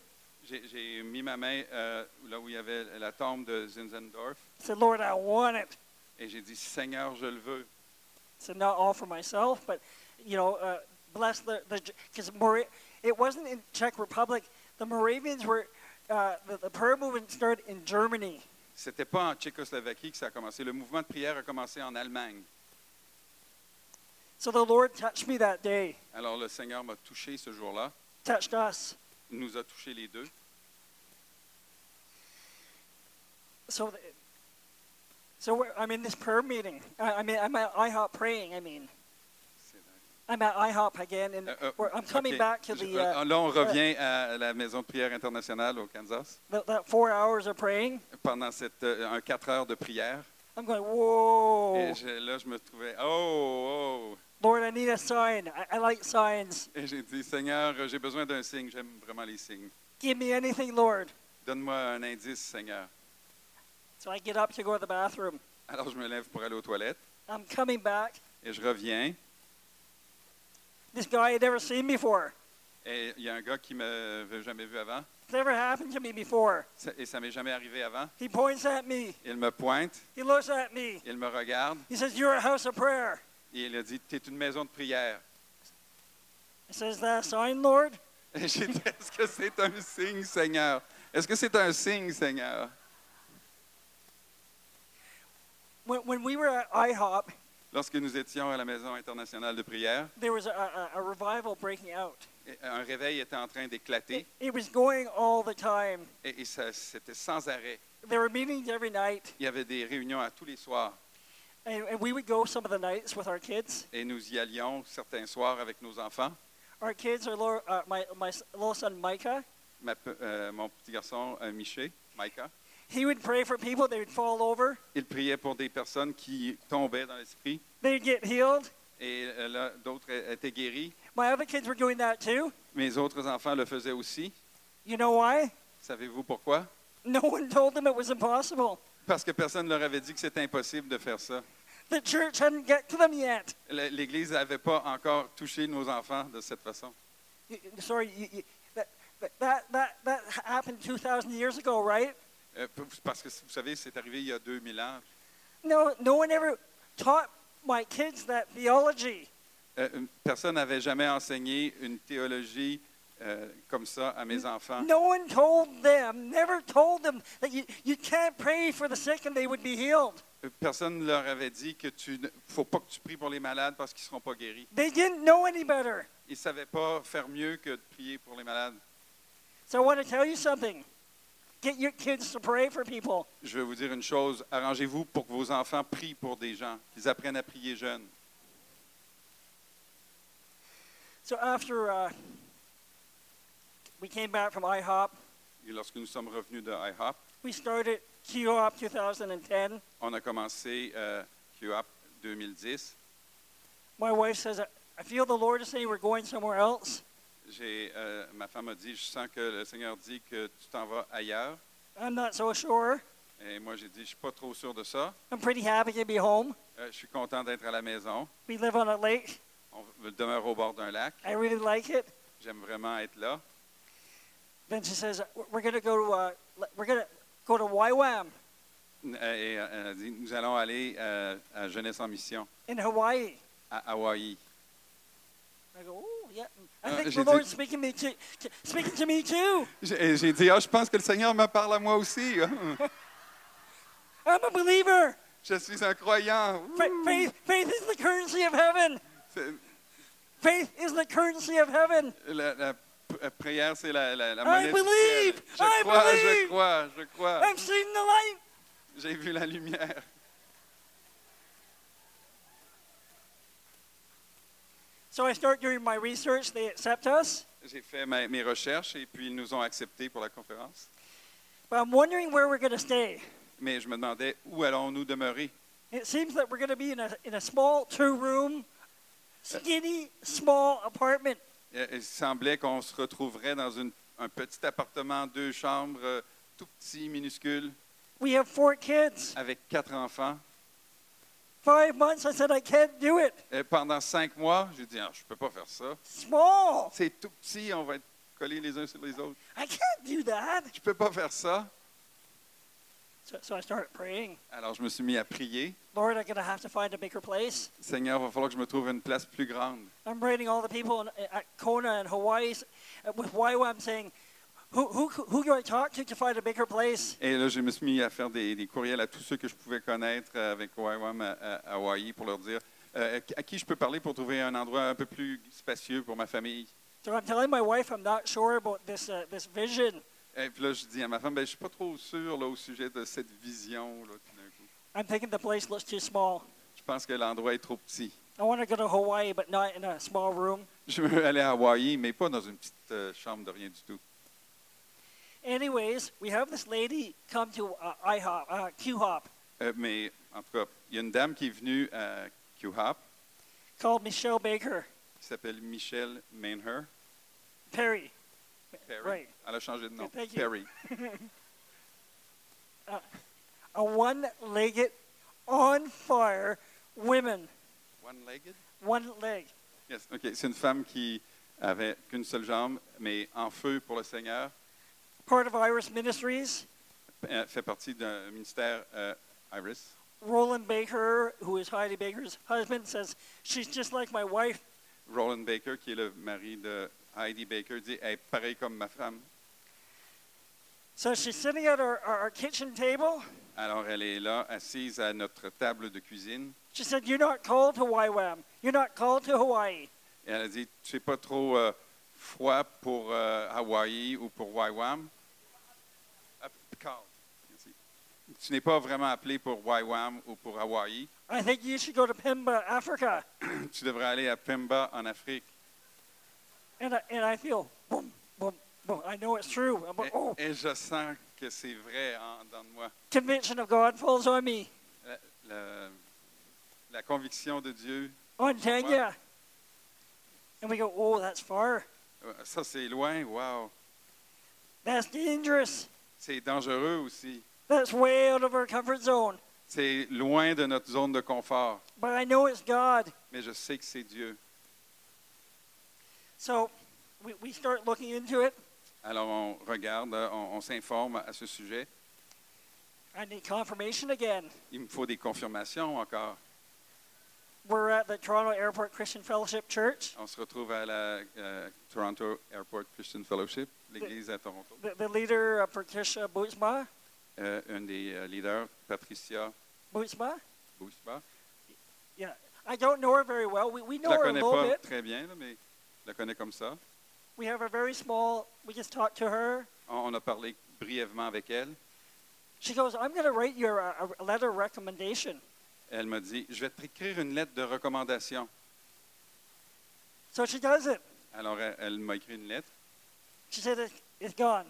[SPEAKER 2] J'ai j'ai mis ma main euh, là où il y avait la tombe de Zinzendorf
[SPEAKER 1] I said, Lord, I want it.
[SPEAKER 2] et j'ai dit, Seigneur, je le veux.
[SPEAKER 1] So not all for myself, but you know, uh, bless the the because Mora- it wasn't in Czech Republic. The Moravians were uh, the, the prayer movement started in Germany,
[SPEAKER 2] C'était pas en Tchécoslovaquie que ça a commencé. Le mouvement de prière a commencé en Allemagne.
[SPEAKER 1] so the Lord touched me that day,
[SPEAKER 2] Alors le Seigneur m'a touché ce jour-là.
[SPEAKER 1] touched us.
[SPEAKER 2] Il nous a touchés les deux.
[SPEAKER 1] So th- so we're, I'm in this prayer meeting. I, I mean, I'm at IHOP praying. I mean,
[SPEAKER 2] C'est-
[SPEAKER 1] I'm at IHOP again, and
[SPEAKER 2] Euh, euh,
[SPEAKER 1] we're, I'm coming
[SPEAKER 2] OK.
[SPEAKER 1] back to
[SPEAKER 2] Je- euh,
[SPEAKER 1] the, uh,
[SPEAKER 2] là, on revient à la maison de prière internationale au Kansas
[SPEAKER 1] the that four hours of praying.
[SPEAKER 2] pendant cette, euh, un quatre heures de prière.
[SPEAKER 1] I'm going, whoa,
[SPEAKER 2] Et je- là, je me trouvais, oh, oh.
[SPEAKER 1] Lord, I need a sign. I, I like signs.
[SPEAKER 2] Et j'ai dit, Seigneur, j'ai besoin d'un signe. J'aime vraiment les signes.
[SPEAKER 1] Give me anything, Lord.
[SPEAKER 2] Donne-moi un indice, Seigneur.
[SPEAKER 1] So I get up to go to the bathroom.
[SPEAKER 2] Alors, je me lève pour aller aux toilettes
[SPEAKER 1] I'm coming back.
[SPEAKER 2] et je reviens.
[SPEAKER 1] This guy had never seen before.
[SPEAKER 2] Et il y a un gars qui ne m'avait jamais vu avant.
[SPEAKER 1] It's never happened to me before.
[SPEAKER 2] Ça- Et ça m'est jamais arrivé avant.
[SPEAKER 1] He points at me.
[SPEAKER 2] Il me pointe,
[SPEAKER 1] He looks at me.
[SPEAKER 2] il me regarde
[SPEAKER 1] He says, You're a house of prayer.
[SPEAKER 2] et il a dit, tu es une maison de prière.
[SPEAKER 1] I says, Is that a sign, Lord?
[SPEAKER 2] Et j'ai dit, est-ce que c'est un signe, Seigneur? Est-ce que c'est un signe, Seigneur?
[SPEAKER 1] When, when we were at IHOP,
[SPEAKER 2] Lorsque nous étions à la maison internationale de prière,
[SPEAKER 1] there was a, a, a revival breaking out.
[SPEAKER 2] et- un réveil était en train
[SPEAKER 1] It,
[SPEAKER 2] d'éclater
[SPEAKER 1] it was going all the time.
[SPEAKER 2] et, et ça- c'était sans arrêt.
[SPEAKER 1] There were meetings every night,
[SPEAKER 2] Il y avait des réunions à tous les soirs
[SPEAKER 1] and, and we would go some of the nights with our kids.
[SPEAKER 2] et nous y allions certains soirs avec nos enfants.
[SPEAKER 1] Our kids are little, uh, my, my s- little son Micah.
[SPEAKER 2] Ma pe- euh, mon petit garçon, euh, Miché, Micah,
[SPEAKER 1] He would pray for people, they would fall over,
[SPEAKER 2] il priait pour des personnes qui tombaient dans l'esprit
[SPEAKER 1] they'd get healed.
[SPEAKER 2] et euh, là, d'autres é- étaient guéris.
[SPEAKER 1] My other kids were doing that too.
[SPEAKER 2] Mes autres enfants le faisaient aussi.
[SPEAKER 1] You know why?
[SPEAKER 2] Savez-vous pourquoi?
[SPEAKER 1] No one told them it was impossible.
[SPEAKER 2] Parce que personne ne leur avait dit que c'était impossible de faire ça.
[SPEAKER 1] The church hadn't got to them yet.
[SPEAKER 2] L- L'Église n'avait pas encore touché nos enfants de cette façon.
[SPEAKER 1] You- you- Sorry, you, you, that, that- that, that, that happened 2,000 years ago, right?
[SPEAKER 2] Euh, p- parce que, vous savez, c'est arrivé il y a 2000 ans.
[SPEAKER 1] No, no one ever taught my kids that theology.
[SPEAKER 2] Euh, une- personne n'avait jamais enseigné une théologie euh, comme ça à mes enfants.
[SPEAKER 1] No one told them, never told them that you, you can't pray for the sick and they would be healed.
[SPEAKER 2] Euh, Personne ne leur avait dit que tu ne faut pas que tu pries pour les malades parce qu'ils ne seront pas guéris.
[SPEAKER 1] They didn't know any better.
[SPEAKER 2] Ils ne savaient pas faire mieux que de prier pour les malades.
[SPEAKER 1] So I want to tell you something. Get your kids to pray for people.
[SPEAKER 2] Je vais vous dire une chose, arrangez-vous pour que vos enfants prient pour des gens, qu'ils apprennent à prier jeunes.
[SPEAKER 1] So after uh, we came back from IHOP,
[SPEAKER 2] Et lorsque nous sommes revenus de IHOP,
[SPEAKER 1] we started QOP 2010.
[SPEAKER 2] on a commencé euh, QAP 2010.
[SPEAKER 1] My wife says, "I- I feel the Lord is saying we're going somewhere else.
[SPEAKER 2] J'ai, euh, ma femme a dit, je sens que le Seigneur dit que tu t'en vas ailleurs.
[SPEAKER 1] I'm not so sure.
[SPEAKER 2] Et moi, j'ai dit, je ne suis pas trop sûr de ça.
[SPEAKER 1] I'm pretty happy to be home.
[SPEAKER 2] Euh, je suis content d'être à la maison.
[SPEAKER 1] We live on a lake.
[SPEAKER 2] On demeure au bord d'un lac.
[SPEAKER 1] I really like it.
[SPEAKER 2] J'aime vraiment être là.
[SPEAKER 1] Then she says, "We're going to go to uh, we're going to go to YWAM
[SPEAKER 2] Euh, Et euh, elle a dit, nous allons aller euh, à Jeunesse en mission,
[SPEAKER 1] in Hawaii."
[SPEAKER 2] à Hawaï.
[SPEAKER 1] I go, "Oh, yeah." I
[SPEAKER 2] Uh,
[SPEAKER 1] think
[SPEAKER 2] she
[SPEAKER 1] the
[SPEAKER 2] did-
[SPEAKER 1] Lord's speaking me to, to- speaking to me too.
[SPEAKER 2] J'ai et j'ai dit, ah, je pense que le Seigneur me parle à moi aussi.
[SPEAKER 1] I'm a believer.
[SPEAKER 2] Je suis un croyant.
[SPEAKER 1] Fa- faith, faith is the currency of heaven.
[SPEAKER 2] C'est-
[SPEAKER 1] Faith is the currency of heaven.
[SPEAKER 2] La, la p- la prière, c'est la, la, la
[SPEAKER 1] I
[SPEAKER 2] monnaie du ciel.
[SPEAKER 1] believe!
[SPEAKER 2] Je
[SPEAKER 1] I
[SPEAKER 2] crois,
[SPEAKER 1] believe!
[SPEAKER 2] je crois, je crois.
[SPEAKER 1] I've seen the light.
[SPEAKER 2] J'ai vu la lumière.
[SPEAKER 1] So I start doing my research. They accept us,
[SPEAKER 2] J'ai fait ma- mes recherches et puis ils nous ont acceptés pour la conférence.
[SPEAKER 1] but I'm wondering where we're going to stay.
[SPEAKER 2] Mais je me demandais où allons-nous demeurer.
[SPEAKER 1] It seems that we're going to be in a in a small two room, skinny, small apartment.
[SPEAKER 2] Euh, Il semblait qu'on se retrouverait dans une- un petit appartement, deux chambres, euh, tout petit, minuscule,
[SPEAKER 1] We have four kids.
[SPEAKER 2] avec quatre enfants.
[SPEAKER 1] Five months, I said I can't do it.
[SPEAKER 2] Et pendant cinq mois, j'ai dit, Ah, je ne peux pas faire ça.
[SPEAKER 1] Small.
[SPEAKER 2] C'est tout petit, on va être collés les uns sur les autres.
[SPEAKER 1] I can't do that.
[SPEAKER 2] Je ne peux pas faire ça.
[SPEAKER 1] So, so I started praying.
[SPEAKER 2] Alors je me suis mis à prier.
[SPEAKER 1] Lord, I'm going to have to find a bigger place.
[SPEAKER 2] Seigneur, il va falloir que je me trouve une place plus grande.
[SPEAKER 1] I'm writing all the people in, at Kona and Hawaii s- uh, with YWAM saying, who, who, who do I talk to to find a bigger place?
[SPEAKER 2] Et là, je me suis mis à faire des, des courriels à tous ceux que je pouvais connaître euh, avec YWAM à, à- à Hawaii pour leur dire euh, à qui je peux parler pour trouver un endroit un peu plus spacieux pour ma famille.
[SPEAKER 1] So I'm telling my wife I'm not sure about this, uh, this vision.
[SPEAKER 2] Et puis là, je dis à ma femme, ben, je ne suis pas trop sûr là, au sujet de cette vision. là, tout d'un coup.
[SPEAKER 1] I'm thinking the place looks too small.
[SPEAKER 2] Je pense que l'endroit est trop petit.
[SPEAKER 1] I want to go to Hawaii, but not in a small room.
[SPEAKER 2] Je veux aller à Hawaï, mais pas dans une petite euh, chambre de rien du tout.
[SPEAKER 1] Anyways, we have this lady come to uh, IHOP, uh, QHOP,
[SPEAKER 2] Euh, mais en tout cas, il y a une dame qui est venue à QHOP,
[SPEAKER 1] called Michelle Baker
[SPEAKER 2] qui s'appelle Michelle Mainher.
[SPEAKER 1] Perry.
[SPEAKER 2] Perry.
[SPEAKER 1] Right.
[SPEAKER 2] Elle a changé de nom.
[SPEAKER 1] Thank you.
[SPEAKER 2] Perry.
[SPEAKER 1] A one-legged, on fire woman,
[SPEAKER 2] One-legged?
[SPEAKER 1] one leg.
[SPEAKER 2] Yes. OK. C'est une femme qui avait qu'une seule jambe, mais en feu pour le Seigneur.
[SPEAKER 1] Part of Iris Ministries,
[SPEAKER 2] Elle fait partie d'un ministère euh, Iris.
[SPEAKER 1] Roland Baker, who is Heidi Baker's husband, says she's just like my wife.
[SPEAKER 2] Roland Baker, qui est le mari de Heidi Baker, dit Elle est pareille comme ma femme.
[SPEAKER 1] So she's sitting at our, our, our kitchen table.
[SPEAKER 2] Alors elle est là, assise à notre table de cuisine.
[SPEAKER 1] She said, You're not called to YWAM. You're not called to Hawaii.
[SPEAKER 2] Et elle a dit Tu n'es pas trop euh, froid pour euh, Hawaï ou pour Waiwam Ah, Picard. Merci. Tu n'es pas vraiment appelé pour Waiwam ou pour Hawaï.
[SPEAKER 1] I think you should go to Pemba, Africa.
[SPEAKER 2] Tu devrais aller à Pemba en Afrique.
[SPEAKER 1] And I, and I feel boom, boom, boom. I know it's true. I'm like, oh,
[SPEAKER 2] Et, et je sens que c'est vrai en dedans de moi.
[SPEAKER 1] conviction of God falls on me.
[SPEAKER 2] La, la- la conviction de Dieu,
[SPEAKER 1] On Tanya. And we go, oh, that's far.
[SPEAKER 2] euh, ça c'est loin, wow.
[SPEAKER 1] That's dangerous.
[SPEAKER 2] C'est dangereux aussi.
[SPEAKER 1] That's way out of our comfort zone.
[SPEAKER 2] C'est loin de notre zone de confort,
[SPEAKER 1] But I know it's God.
[SPEAKER 2] mais je sais que c'est Dieu.
[SPEAKER 1] So we, we start looking into it.
[SPEAKER 2] Alors on regarde, euh, on, on s'informe à ce sujet.
[SPEAKER 1] I need confirmation again.
[SPEAKER 2] Il me faut des confirmations encore.
[SPEAKER 1] We're at the Toronto Airport Christian Fellowship Church.
[SPEAKER 2] On se retrouve à la euh, Toronto Airport Christian Fellowship, l'église à Toronto.
[SPEAKER 1] The, the leader, uh, Patricia Bootsma,
[SPEAKER 2] Euh, un des euh, leaders, Patricia
[SPEAKER 1] Bootsma,
[SPEAKER 2] Bousba.
[SPEAKER 1] I don't know her very well. We, we
[SPEAKER 2] Je
[SPEAKER 1] know
[SPEAKER 2] la
[SPEAKER 1] her a
[SPEAKER 2] connais
[SPEAKER 1] little
[SPEAKER 2] pas
[SPEAKER 1] bit.
[SPEAKER 2] très bien, là, mais je la connais comme ça.
[SPEAKER 1] We have a very small, we just talked to her.
[SPEAKER 2] On, on a parlé brièvement avec elle.
[SPEAKER 1] She goes, I'm going to write you a, a letter of recommendation.
[SPEAKER 2] Elle m'a dit, je vais t'écrire une lettre de recommandation.
[SPEAKER 1] So she does it.
[SPEAKER 2] Alors elle, elle m'a écrit une lettre.
[SPEAKER 1] She said, it, It's gone.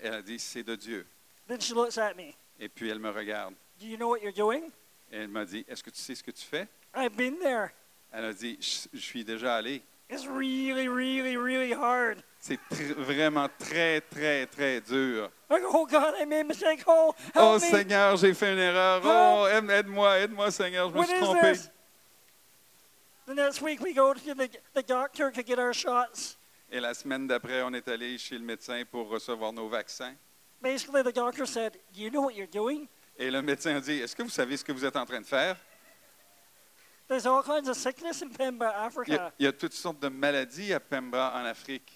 [SPEAKER 2] Elle a dit, c'est de Dieu.
[SPEAKER 1] Then she looks at me.
[SPEAKER 2] Et puis elle me regarde.
[SPEAKER 1] Do you know what you're doing?
[SPEAKER 2] Elle m'a dit, est-ce que tu sais ce que tu fais?
[SPEAKER 1] I've been there.
[SPEAKER 2] Elle a dit, je, je suis déjà allé.
[SPEAKER 1] It's really, really, really hard.
[SPEAKER 2] C'est tr- vraiment très, très, très dur.
[SPEAKER 1] I go, oh God, I made a mistake. Oh,
[SPEAKER 2] Oh
[SPEAKER 1] help me.
[SPEAKER 2] Seigneur, j'ai fait une erreur. Oh, aide- aide-moi, aide-moi Seigneur, je me
[SPEAKER 1] What
[SPEAKER 2] suis
[SPEAKER 1] is
[SPEAKER 2] trompé.
[SPEAKER 1] this? The next week we go to the, the doctor to get our shots.
[SPEAKER 2] Et la semaine d'après, on est allé chez le médecin pour recevoir nos vaccins.
[SPEAKER 1] Basically, the doctor said, Do you know what you're doing?
[SPEAKER 2] Et le médecin a dit, est-ce que vous savez ce que vous êtes en train de faire?
[SPEAKER 1] There's all kinds of sickness in Pemba,
[SPEAKER 2] Il y a,
[SPEAKER 1] Africa.
[SPEAKER 2] il y a toutes sortes de maladies à Pemba en Afrique.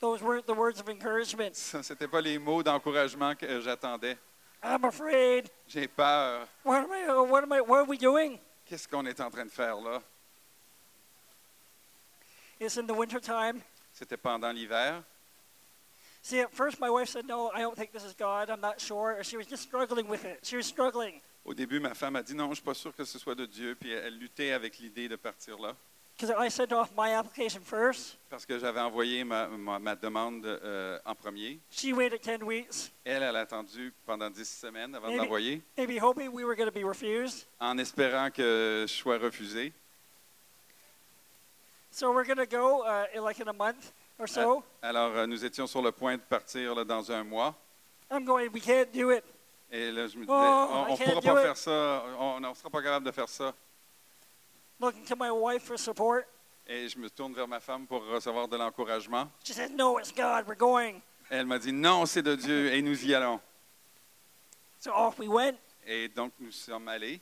[SPEAKER 1] Those weren't the words of encouragement.
[SPEAKER 2] Ce n'étaient pas les mots d'encouragement que j'attendais.
[SPEAKER 1] I'm afraid.
[SPEAKER 2] J'ai peur.
[SPEAKER 1] What am I? What am I? What are we doing?
[SPEAKER 2] Qu'est-ce qu'on est en train de faire là?
[SPEAKER 1] It's in the wintertime.
[SPEAKER 2] C'était pendant l'hiver.
[SPEAKER 1] See, at first my wife said, "No, I don't think this is God. I'm not sure." She was just struggling with it. She was struggling.
[SPEAKER 2] Au début, ma femme a dit non, je ne suis pas sûr que ce soit de Dieu, puis elle luttait avec l'idée de partir là,
[SPEAKER 1] Because I sent off my application first.
[SPEAKER 2] parce que j'avais envoyé ma, ma- ma demande euh, en premier.
[SPEAKER 1] She waited 10 weeks,
[SPEAKER 2] Elle, elle a attendu pendant dix semaines avant de
[SPEAKER 1] Maybe-
[SPEAKER 2] l'envoyer,
[SPEAKER 1] maybe hoping we were going to be refused.
[SPEAKER 2] en espérant que je sois refusé.
[SPEAKER 1] So we're going to go uh, in like in a month or so.
[SPEAKER 2] Alors, euh, nous étions sur le point de partir là, dans un mois,
[SPEAKER 1] I'm going, we can't do it.
[SPEAKER 2] et là, je me disais,
[SPEAKER 1] Oh, I
[SPEAKER 2] on ne
[SPEAKER 1] can't
[SPEAKER 2] pourra
[SPEAKER 1] do
[SPEAKER 2] pas
[SPEAKER 1] it.
[SPEAKER 2] faire ça, on ne sera pas capable de faire ça.
[SPEAKER 1] Looking to my wife for support.
[SPEAKER 2] Et je me tourne vers ma femme pour recevoir de l'encouragement.
[SPEAKER 1] She said, No, it's God, we're going.
[SPEAKER 2] Elle m'a dit non, c'est de Dieu, et nous y allons.
[SPEAKER 1] So off we went.
[SPEAKER 2] Et donc, nous sommes allés.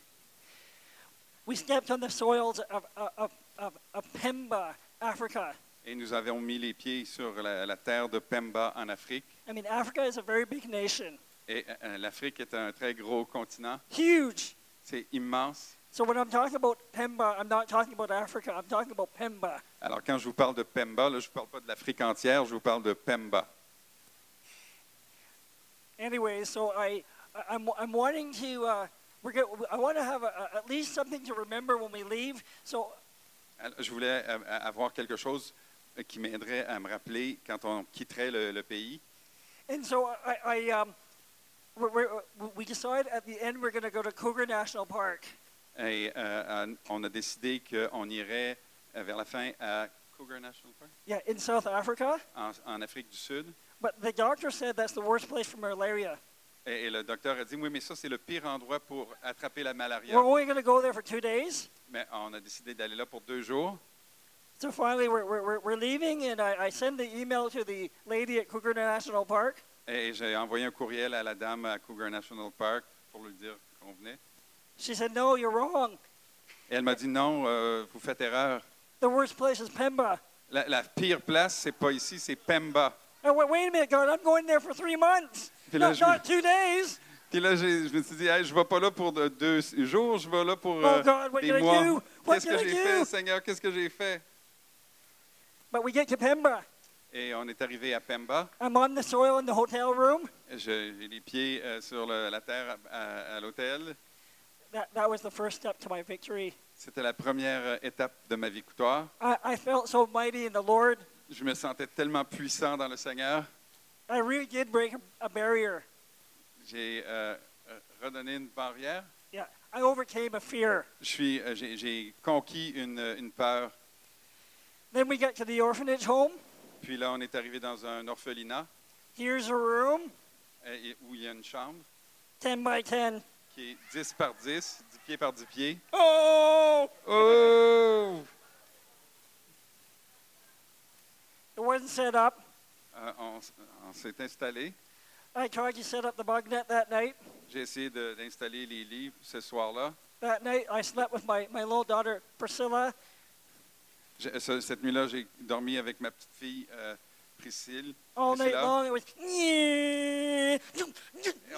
[SPEAKER 1] We stepped on the soils of, of, of, of Pemba, Africa.
[SPEAKER 2] Et nous avons mis les pieds sur la, la terre de Pemba en Afrique.
[SPEAKER 1] I mean, Africa is a very big nation,
[SPEAKER 2] Et euh, l'Afrique est un très gros continent.
[SPEAKER 1] huge.
[SPEAKER 2] C'est immense.
[SPEAKER 1] So when I'm talking about Pemba, I'm not talking about Africa, I'm talking about Pemba.
[SPEAKER 2] Alors, quand je vous parle de Pemba, là, je ne vous parle pas de l'Afrique entière, je vous parle de Pemba.
[SPEAKER 1] Anyway, so I, I- I'm, I'm wanting to, uh, we're go- I want to have a, a- at least something to remember when we leave. So
[SPEAKER 2] je voulais euh, avoir quelque chose euh, qui m'aiderait à me rappeler quand on quitterait le, le pays.
[SPEAKER 1] And so I, I um, we we we decided at the end we're going to go to Cougar National Park.
[SPEAKER 2] Et euh, à- on a décidé qu'on irait euh, vers la fin à Cougar National Park,
[SPEAKER 1] Yeah, in South Africa.
[SPEAKER 2] en, en Afrique du Sud.
[SPEAKER 1] But the doctor said that's the worst place for malaria.
[SPEAKER 2] Et, et le docteur a dit, oui, mais ça, c'est le pire endroit pour attraper la malaria.
[SPEAKER 1] We're only going to go there for two days.
[SPEAKER 2] Mais on a décidé d'aller là pour deux jours.
[SPEAKER 1] So finally, we're, we're, we're- we're leaving, and I, I send the email to the lady at Cougar National Park.
[SPEAKER 2] Et j'ai envoyé un courriel à la dame à Cougar National Park pour lui dire qu'on venait.
[SPEAKER 1] She said, No, you're wrong.
[SPEAKER 2] Et elle m'a dit, non, euh, vous faites erreur.
[SPEAKER 1] The worst place is Pemba.
[SPEAKER 2] La, la pire place, c'est pas ici, c'est Pemba.
[SPEAKER 1] I went, Wait a minute, God, I'm going there for three months,
[SPEAKER 2] Puis là,
[SPEAKER 1] not,
[SPEAKER 2] je, me-
[SPEAKER 1] not two days.
[SPEAKER 2] puis là, j'ai- je me suis dit, Hey, je ne vais pas là pour de- deux jours, je vais là pour
[SPEAKER 1] Oh
[SPEAKER 2] euh,
[SPEAKER 1] God, what
[SPEAKER 2] des
[SPEAKER 1] can I do?
[SPEAKER 2] mois.
[SPEAKER 1] What
[SPEAKER 2] Qu'est-ce
[SPEAKER 1] can
[SPEAKER 2] que
[SPEAKER 1] I
[SPEAKER 2] j'ai
[SPEAKER 1] do?
[SPEAKER 2] fait, Seigneur? Qu'est-ce que j'ai fait?
[SPEAKER 1] But we get to Pemba.
[SPEAKER 2] Et on est arrivé à Pemba.
[SPEAKER 1] I'm on the soil in the hotel room.
[SPEAKER 2] Je- J'ai les pieds euh, sur le- la terre à, à- à l'hôtel.
[SPEAKER 1] That, that was the first step to my victory.
[SPEAKER 2] C'était la première euh, étape de ma victoire.
[SPEAKER 1] I, I felt so mighty in the Lord.
[SPEAKER 2] Je me sentais tellement puissant dans le Seigneur.
[SPEAKER 1] I really did break a- a barrier.
[SPEAKER 2] J'ai euh, euh, redonné une barrière.
[SPEAKER 1] Yeah, I overcame a fear.
[SPEAKER 2] Je suis, euh, J'ai j'ai conquis une, euh, une peur.
[SPEAKER 1] Then we get to the orphanage home.
[SPEAKER 2] Puis là, on est arrivé dans un orphelinat
[SPEAKER 1] Here's a room,
[SPEAKER 2] euh, et- où il y a une chambre
[SPEAKER 1] 10 by 10.
[SPEAKER 2] qui est 10 par 10, 10 pieds par 10 pieds.
[SPEAKER 1] Oh!
[SPEAKER 2] Oh!
[SPEAKER 1] It wasn't set up.
[SPEAKER 2] Euh, on s- on s'est installé.
[SPEAKER 1] I tried to set up the bug net that night.
[SPEAKER 2] J'ai essayé de- d'installer les lits ce soir-là.
[SPEAKER 1] That night, I slept with my, my little daughter, Priscilla.
[SPEAKER 2] J'ai- ce- Cette nuit-là, j'ai dormi avec ma petite fille euh, Priscille.
[SPEAKER 1] All night
[SPEAKER 2] Priscilla.
[SPEAKER 1] long, it was.
[SPEAKER 2] Et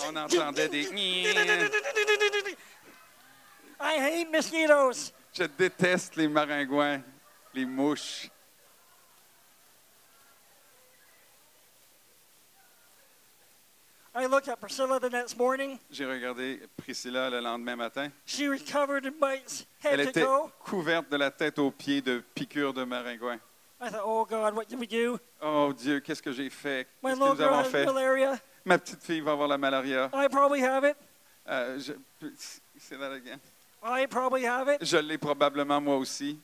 [SPEAKER 2] on entendait des.
[SPEAKER 1] I hate mosquitoes.
[SPEAKER 2] Je déteste les maringouins, les mouches.
[SPEAKER 1] I looked at Priscilla the next morning.
[SPEAKER 2] J'ai regardé Priscilla le lendemain matin.
[SPEAKER 1] She was covered in bites, head
[SPEAKER 2] Elle
[SPEAKER 1] to
[SPEAKER 2] était
[SPEAKER 1] toe.
[SPEAKER 2] couverte de la tête aux pieds de piqûres de maringouin.
[SPEAKER 1] I thought, oh God, what did we do?
[SPEAKER 2] Oh Dieu, qu'est-ce que j'ai fait?
[SPEAKER 1] My
[SPEAKER 2] Qu'est-ce
[SPEAKER 1] little
[SPEAKER 2] que nous
[SPEAKER 1] girl
[SPEAKER 2] avons
[SPEAKER 1] has
[SPEAKER 2] fait?
[SPEAKER 1] malaria.
[SPEAKER 2] Ma petite fille va avoir la malaria.
[SPEAKER 1] I probably have it.
[SPEAKER 2] Euh, je, c'est that again.
[SPEAKER 1] I probably have it.
[SPEAKER 2] Je l'ai probablement moi aussi.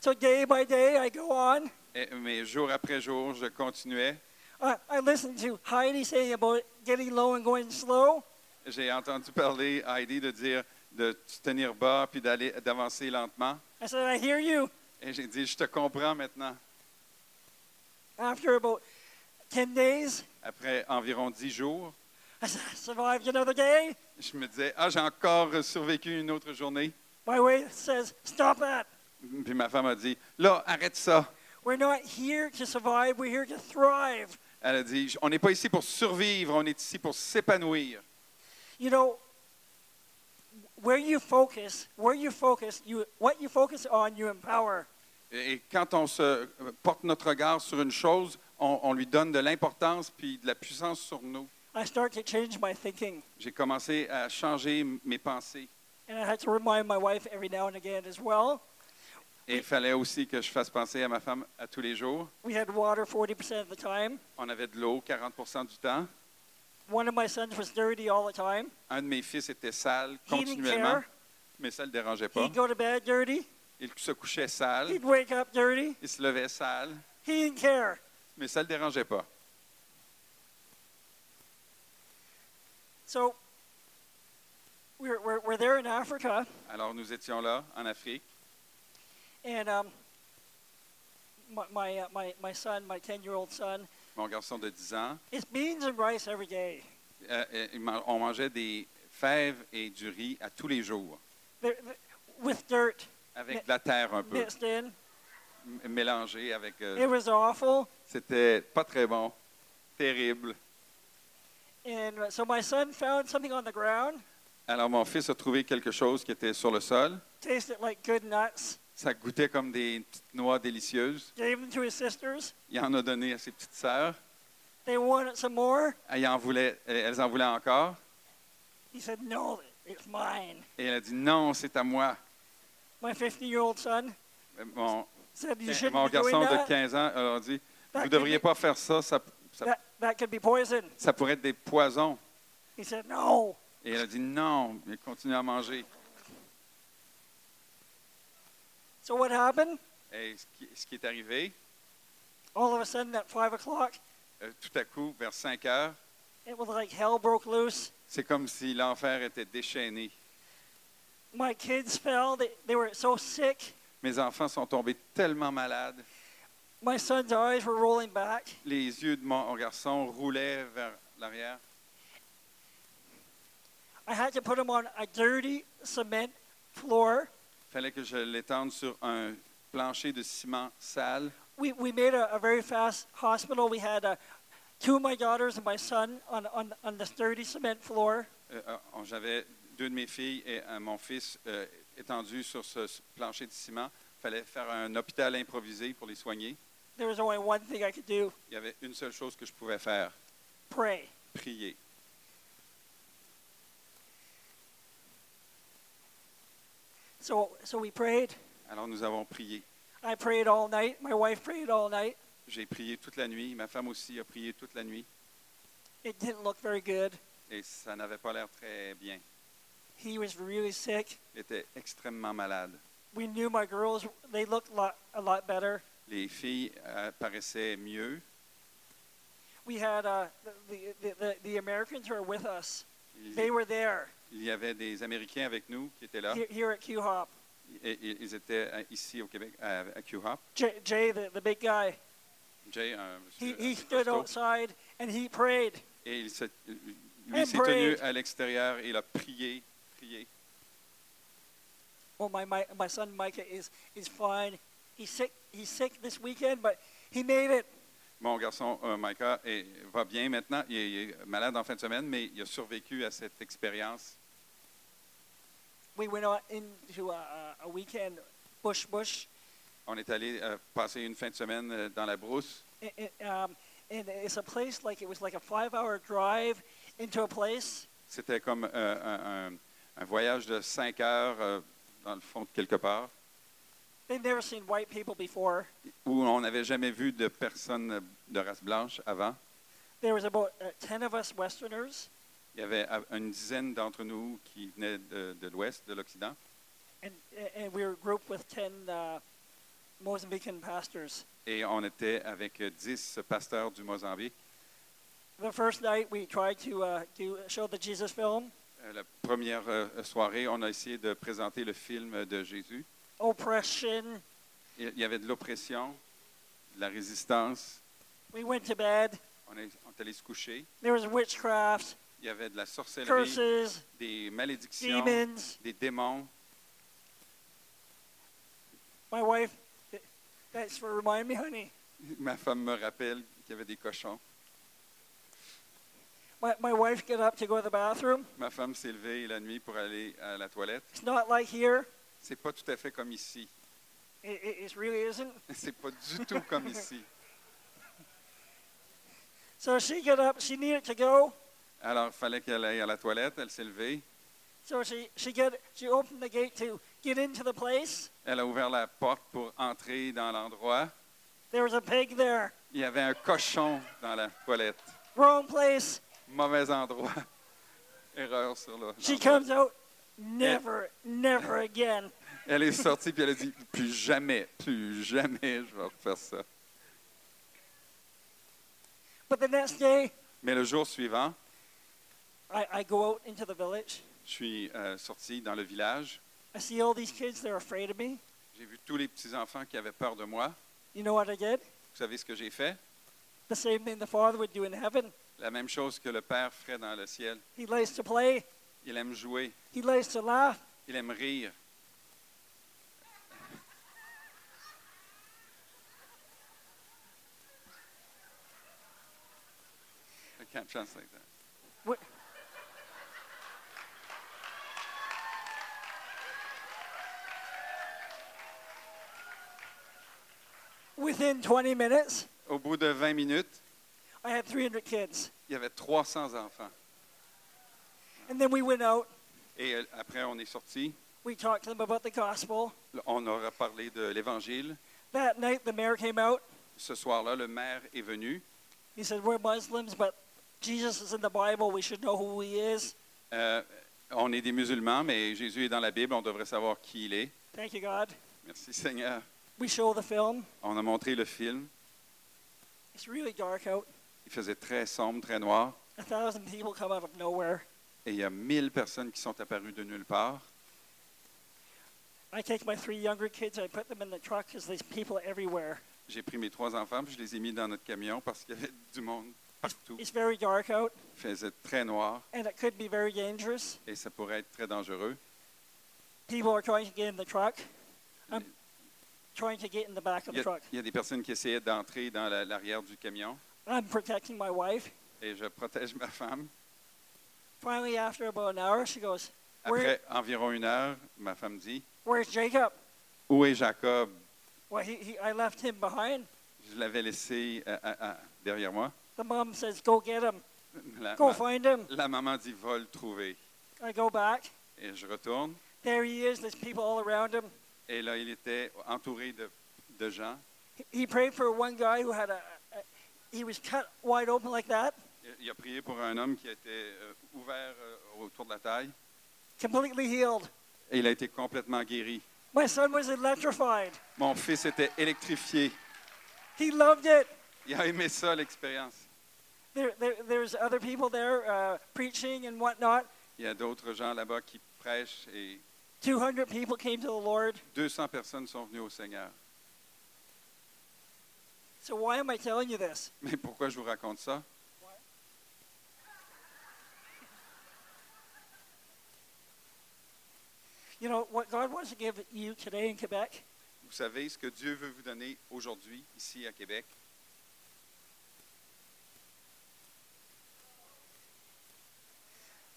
[SPEAKER 1] So day by day, I go on.
[SPEAKER 2] Et- mais jour après jour, je continuais.
[SPEAKER 1] I, I listened to Heidi saying about getting low and going slow.
[SPEAKER 2] J'ai entendu parler à Heidi de dire de se tenir bas puis d'aller d'avancer lentement.
[SPEAKER 1] I said, I hear you.
[SPEAKER 2] Et j'ai dit, je te comprends maintenant.
[SPEAKER 1] After about 10 days,
[SPEAKER 2] Après environ dix jours,
[SPEAKER 1] I said, I survived another day.
[SPEAKER 2] je me disais, ah, j'ai encore survécu une autre journée.
[SPEAKER 1] My way says, stop that.
[SPEAKER 2] Puis ma femme a dit, là, arrête ça.
[SPEAKER 1] We're not here to survive, we're here to thrive.
[SPEAKER 2] Elle a dit, on n'est pas ici pour survivre, on est ici pour s'épanouir.
[SPEAKER 1] You know, where you focus, where you focus, you what you focus on, you empower.
[SPEAKER 2] Et quand on se euh, porte notre regard sur une chose, on, on lui donne de l'importance puis de la puissance sur nous.
[SPEAKER 1] I start to change my thinking,
[SPEAKER 2] J'ai commencé à changer m- mes pensées.
[SPEAKER 1] and I had to remind my wife every now and again as well.
[SPEAKER 2] Et il fallait aussi que je fasse penser à ma femme à tous les jours.
[SPEAKER 1] We had water 40% of the time.
[SPEAKER 2] On avait de l'eau 40 du temps.
[SPEAKER 1] One of my sons was dirty all the time.
[SPEAKER 2] Un de mes fils était sale
[SPEAKER 1] He didn't
[SPEAKER 2] continuellement,
[SPEAKER 1] care.
[SPEAKER 2] mais ça ne le dérangeait pas.
[SPEAKER 1] He'd go to bed dirty.
[SPEAKER 2] Il se couchait sale,
[SPEAKER 1] He'd wake up dirty.
[SPEAKER 2] il se levait sale,
[SPEAKER 1] He didn't care.
[SPEAKER 2] mais ça ne le dérangeait pas.
[SPEAKER 1] So we're, we're, we're there in Africa,
[SPEAKER 2] Alors nous étions là, en Afrique,
[SPEAKER 1] and um, my, my, uh, my, my son, my 10 year old son,
[SPEAKER 2] mon garçon de 10 ans.
[SPEAKER 1] it's beans and rice every day.
[SPEAKER 2] Euh, euh, il man- on mangeait des fèves et du riz à tous les jours,
[SPEAKER 1] They're, they're- with dirt Mais-
[SPEAKER 2] avec de la terre un peu,
[SPEAKER 1] mixed in.
[SPEAKER 2] m- mélangée avec... euh,
[SPEAKER 1] It was awful.
[SPEAKER 2] C'était pas très bon, terrible.
[SPEAKER 1] And uh, so my son found something on the ground,
[SPEAKER 2] Alors mon fils a trouvé quelque chose qui était sur le sol.
[SPEAKER 1] tasted like good nuts,
[SPEAKER 2] Ça goûtait comme des petites noix délicieuses.
[SPEAKER 1] gave them to his sisters.
[SPEAKER 2] Il en a donné à ses petites sœurs.
[SPEAKER 1] They wanted some more.
[SPEAKER 2] Elles en voulaient, elles en voulaient encore.
[SPEAKER 1] He said, No, It's mine.
[SPEAKER 2] Et elle a dit, non, c'est à moi. Euh,
[SPEAKER 1] My 50 year old son
[SPEAKER 2] Mon,
[SPEAKER 1] said, You shouldn't
[SPEAKER 2] mon
[SPEAKER 1] be doing
[SPEAKER 2] garçon de
[SPEAKER 1] that.
[SPEAKER 2] 15 ans a dit, vous
[SPEAKER 1] That
[SPEAKER 2] ne
[SPEAKER 1] could
[SPEAKER 2] devriez
[SPEAKER 1] be-
[SPEAKER 2] pas faire ça, ça, ça-
[SPEAKER 1] that, that could be poison.
[SPEAKER 2] ça pourrait être des poisons.
[SPEAKER 1] He said, No.
[SPEAKER 2] Et elle a dit, non, mais continue à manger.
[SPEAKER 1] So what happened?
[SPEAKER 2] Et ce qui, ce qui est arrivé,
[SPEAKER 1] All of a sudden at 5 o'clock,
[SPEAKER 2] euh, tout à coup, vers 5 heures,
[SPEAKER 1] it was like hell broke loose.
[SPEAKER 2] c'est comme si l'enfer était déchaîné.
[SPEAKER 1] My kids fell. They, they were so sick.
[SPEAKER 2] Mes enfants sont tombés tellement malades.
[SPEAKER 1] My son's eyes were rolling back.
[SPEAKER 2] Les yeux de mon garçon roulaient vers l'arrière.
[SPEAKER 1] I had to put him on a dirty cement floor.
[SPEAKER 2] Il fallait que je l'étende sur un plancher de ciment sale.
[SPEAKER 1] We, we made a, a very fast hospital. We had uh, two of my daughters and my son on, on, on this dirty cement floor.
[SPEAKER 2] Euh, euh, on- J'avais deux de mes filles et euh, mon fils euh, étendus sur ce ce plancher de ciment. Il fallait faire un hôpital improvisé pour les soigner.
[SPEAKER 1] There was only one thing I could do
[SPEAKER 2] Il y avait une seule chose que je pouvais faire,
[SPEAKER 1] pray.
[SPEAKER 2] prier.
[SPEAKER 1] So, so we prayed.
[SPEAKER 2] Alors nous avons prié.
[SPEAKER 1] I prayed all night. My wife prayed all night.
[SPEAKER 2] J'ai prié toute la nuit. Ma femme aussi a prié toute la nuit.
[SPEAKER 1] It didn't look very good.
[SPEAKER 2] Et ça n'avait pas l'air très bien.
[SPEAKER 1] He was really sick.
[SPEAKER 2] Il était extrêmement malade.
[SPEAKER 1] We knew my girls, they looked a lot, a lot better.
[SPEAKER 2] Les filles euh, paraissaient mieux.
[SPEAKER 1] We had uh, the, the, the, the Americans who were with us.
[SPEAKER 2] Ils-
[SPEAKER 1] They were there
[SPEAKER 2] Il y avait des Américains avec nous qui étaient là.
[SPEAKER 1] here, here at Q Hop.
[SPEAKER 2] Et, et- ils étaient à- ici au Québec, à, à QHOP.
[SPEAKER 1] Jay, Jay the, the big guy,
[SPEAKER 2] Jay, un
[SPEAKER 1] he,
[SPEAKER 2] monsieur
[SPEAKER 1] he
[SPEAKER 2] assez
[SPEAKER 1] stood
[SPEAKER 2] costaud.
[SPEAKER 1] outside and he prayed.
[SPEAKER 2] Et il s'est-
[SPEAKER 1] And
[SPEAKER 2] lui s'est tenu
[SPEAKER 1] prayed.
[SPEAKER 2] à l'extérieur et il a prié, prié.
[SPEAKER 1] Well, my, my, my son Micah is, is fine. He's sick, he's sick this weekend, but he made it.
[SPEAKER 2] Mon garçon euh, Micah est- va bien maintenant. Il est, il est malade en fin de semaine, mais il a survécu à cette expérience.
[SPEAKER 1] We went on into a, a- a weekend bush bush,
[SPEAKER 2] On est allé euh, passer une fin de semaine euh, dans la brousse.
[SPEAKER 1] and, and, um, and it's a place like it was like a five-hour drive into a place.
[SPEAKER 2] C'était comme euh, un, un- un voyage de cinq heures euh, dans le fond de quelque part,
[SPEAKER 1] They've never seen white people before.
[SPEAKER 2] où on n'avait jamais vu de personne de race blanche avant.
[SPEAKER 1] There was about uh, ten of us Westerners,
[SPEAKER 2] Il y avait euh, une dizaine d'entre nous qui venaient de, de l'Ouest, de l'Occident.
[SPEAKER 1] and and we were grouped with ten uh, Mozambican pastors.
[SPEAKER 2] Et on était avec euh, dix pasteurs du Mozambique.
[SPEAKER 1] The first night we tried to uh, do show the Jesus film.
[SPEAKER 2] Euh, La première euh, soirée, on a essayé de présenter le film de Jésus.
[SPEAKER 1] Oppression.
[SPEAKER 2] Il il y avait de l'oppression, de la résistance.
[SPEAKER 1] We went to bed.
[SPEAKER 2] On est, on est allé se coucher.
[SPEAKER 1] There was witchcraft,
[SPEAKER 2] Il y avait de la sorcellerie,
[SPEAKER 1] curses,
[SPEAKER 2] des malédictions,
[SPEAKER 1] demons.
[SPEAKER 2] des démons.
[SPEAKER 1] My wife, thanks for reminding me, honey.
[SPEAKER 2] Ma femme me rappelle qu'il y avait des cochons.
[SPEAKER 1] My, my wife get up to go to the bathroom.
[SPEAKER 2] Ma femme s'est levée la nuit pour aller à la toilette.
[SPEAKER 1] It's not like here.
[SPEAKER 2] C'est pas tout à fait comme ici.
[SPEAKER 1] It, it, it really isn't.
[SPEAKER 2] C'est pas du tout comme ici.
[SPEAKER 1] So she get up. She needed to go.
[SPEAKER 2] Alors, il fallait qu'elle aille à la toilette. Elle s'est levée.
[SPEAKER 1] So she she get she opened the gate to get into the place.
[SPEAKER 2] Elle a ouvert la porte pour entrer dans l'endroit.
[SPEAKER 1] There was a pig there.
[SPEAKER 2] Il y avait un cochon dans la toilette.
[SPEAKER 1] Wrong place.
[SPEAKER 2] Mauvais endroit. Erreur sur le.
[SPEAKER 1] She
[SPEAKER 2] l'endroit.
[SPEAKER 1] comes out. Never, never again.
[SPEAKER 2] Elle est sortie puis elle a dit plus jamais, plus jamais je vais refaire ça.
[SPEAKER 1] But the next day,
[SPEAKER 2] Mais le jour suivant,
[SPEAKER 1] I, I go out into the village.
[SPEAKER 2] je suis euh, sorti dans le village.
[SPEAKER 1] I see all these kids. They're afraid of me.
[SPEAKER 2] J'ai vu tous les petits enfants qui avaient peur de moi.
[SPEAKER 1] You know what I did?
[SPEAKER 2] Vous savez ce que j'ai fait
[SPEAKER 1] The same thing the father would do in heaven.
[SPEAKER 2] La même chose que le Père ferait dans le ciel.
[SPEAKER 1] He likes to play.
[SPEAKER 2] Il aime jouer,
[SPEAKER 1] He likes to laugh.
[SPEAKER 2] il aime rire. I can't translate that.
[SPEAKER 1] What? Within 20 minutes,
[SPEAKER 2] Au bout de 20 minutes,
[SPEAKER 1] I had 300 kids.
[SPEAKER 2] il y avait 300 enfants.
[SPEAKER 1] And then we went out.
[SPEAKER 2] Et euh, après, on est sorti.
[SPEAKER 1] We talked to them about the gospel.
[SPEAKER 2] On aura parlé de l'Évangile.
[SPEAKER 1] That night, the mayor came out.
[SPEAKER 2] Ce soir-là, le maire est venu.
[SPEAKER 1] He said, We're Muslims, but Jesus is in the Bible. We should know who he is.
[SPEAKER 2] Euh, on est des musulmans, mais Jésus est dans la Bible. On devrait savoir qui il est.
[SPEAKER 1] Thank you, God.
[SPEAKER 2] Merci Seigneur.
[SPEAKER 1] We show the film.
[SPEAKER 2] On a montré le film.
[SPEAKER 1] It's really dark out.
[SPEAKER 2] Il faisait très sombre, très noir.
[SPEAKER 1] A thousand people come out of nowhere.
[SPEAKER 2] Et il y a 1000 personnes qui sont apparues de nulle part.
[SPEAKER 1] I take my three younger kids, I put them in the truck because there's people everywhere.
[SPEAKER 2] J'ai pris mes trois enfants puis je les ai mis dans notre camion parce qu'il y avait du monde partout.
[SPEAKER 1] It's very dark out,
[SPEAKER 2] Il faisait très noir
[SPEAKER 1] and it could be very dangerous.
[SPEAKER 2] et ça pourrait être très dangereux.
[SPEAKER 1] People are trying to get in the truck. I'm trying to get in the back of
[SPEAKER 2] Il y
[SPEAKER 1] the
[SPEAKER 2] a,
[SPEAKER 1] truck.
[SPEAKER 2] il y a des personnes qui essayaient d'entrer dans la- l'arrière du camion
[SPEAKER 1] I'm protecting my wife.
[SPEAKER 2] et je protège ma femme.
[SPEAKER 1] Finally, after about an hour, she goes, Where,
[SPEAKER 2] Après environ une heure, ma femme dit
[SPEAKER 1] Where's Jacob?
[SPEAKER 2] Où est Jacob
[SPEAKER 1] Well, he, he, I left him behind.
[SPEAKER 2] Je l'avais laissé euh, à- à- derrière moi.
[SPEAKER 1] The mom says, Go get him.
[SPEAKER 2] La,
[SPEAKER 1] Go
[SPEAKER 2] ma-
[SPEAKER 1] find him.
[SPEAKER 2] la maman dit Va le trouver.
[SPEAKER 1] I go back.
[SPEAKER 2] Et je retourne
[SPEAKER 1] There he is. There's people all around him.
[SPEAKER 2] et là, il était entouré de, de gens.
[SPEAKER 1] He- He prayed for one guy who had a, a, he was cut wide open like that,
[SPEAKER 2] Il a prié pour un homme qui était euh, ouvert euh, autour de la taille
[SPEAKER 1] completely healed.
[SPEAKER 2] et il a été complètement guéri.
[SPEAKER 1] My son was electrified.
[SPEAKER 2] Mon fils était électrifié.
[SPEAKER 1] He loved it.
[SPEAKER 2] Il a aimé ça, l'expérience.
[SPEAKER 1] There, there, there's other people there uh, preaching and whatnot.
[SPEAKER 2] Il y a d'autres gens là-bas qui prêchent et
[SPEAKER 1] 200 people came to the Lord.
[SPEAKER 2] 200 personnes sont venues au Seigneur.
[SPEAKER 1] So why am I telling you this?
[SPEAKER 2] Mais pourquoi je vous raconte ça?
[SPEAKER 1] You know, what God wants to give you today in Quebec
[SPEAKER 2] Vous savez ce que Dieu veut vous donner aujourd'hui, ici à Québec.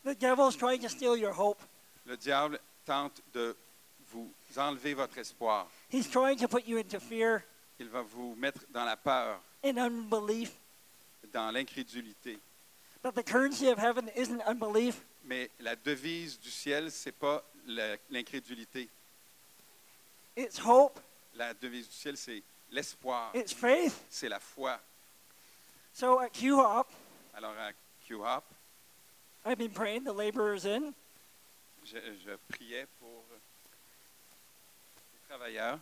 [SPEAKER 1] The devil's trying to steal your hope.
[SPEAKER 2] Le diable tente de vous enlever votre espoir.
[SPEAKER 1] He's trying to put you into fear
[SPEAKER 2] Il va vous mettre dans la peur,
[SPEAKER 1] and unbelief.
[SPEAKER 2] dans l'incrédulité.
[SPEAKER 1] But the currency of heaven isn't unbelief.
[SPEAKER 2] Mais la devise du ciel, c'est pas la- l'incrédulité.
[SPEAKER 1] It's hope.
[SPEAKER 2] La devise du ciel, c'est l'espoir,
[SPEAKER 1] It's faith.
[SPEAKER 2] c'est la foi.
[SPEAKER 1] So at Q-Hop,
[SPEAKER 2] Alors à Q-Hop,
[SPEAKER 1] I've been praying the laborers in.
[SPEAKER 2] je, je priais pour les travailleurs.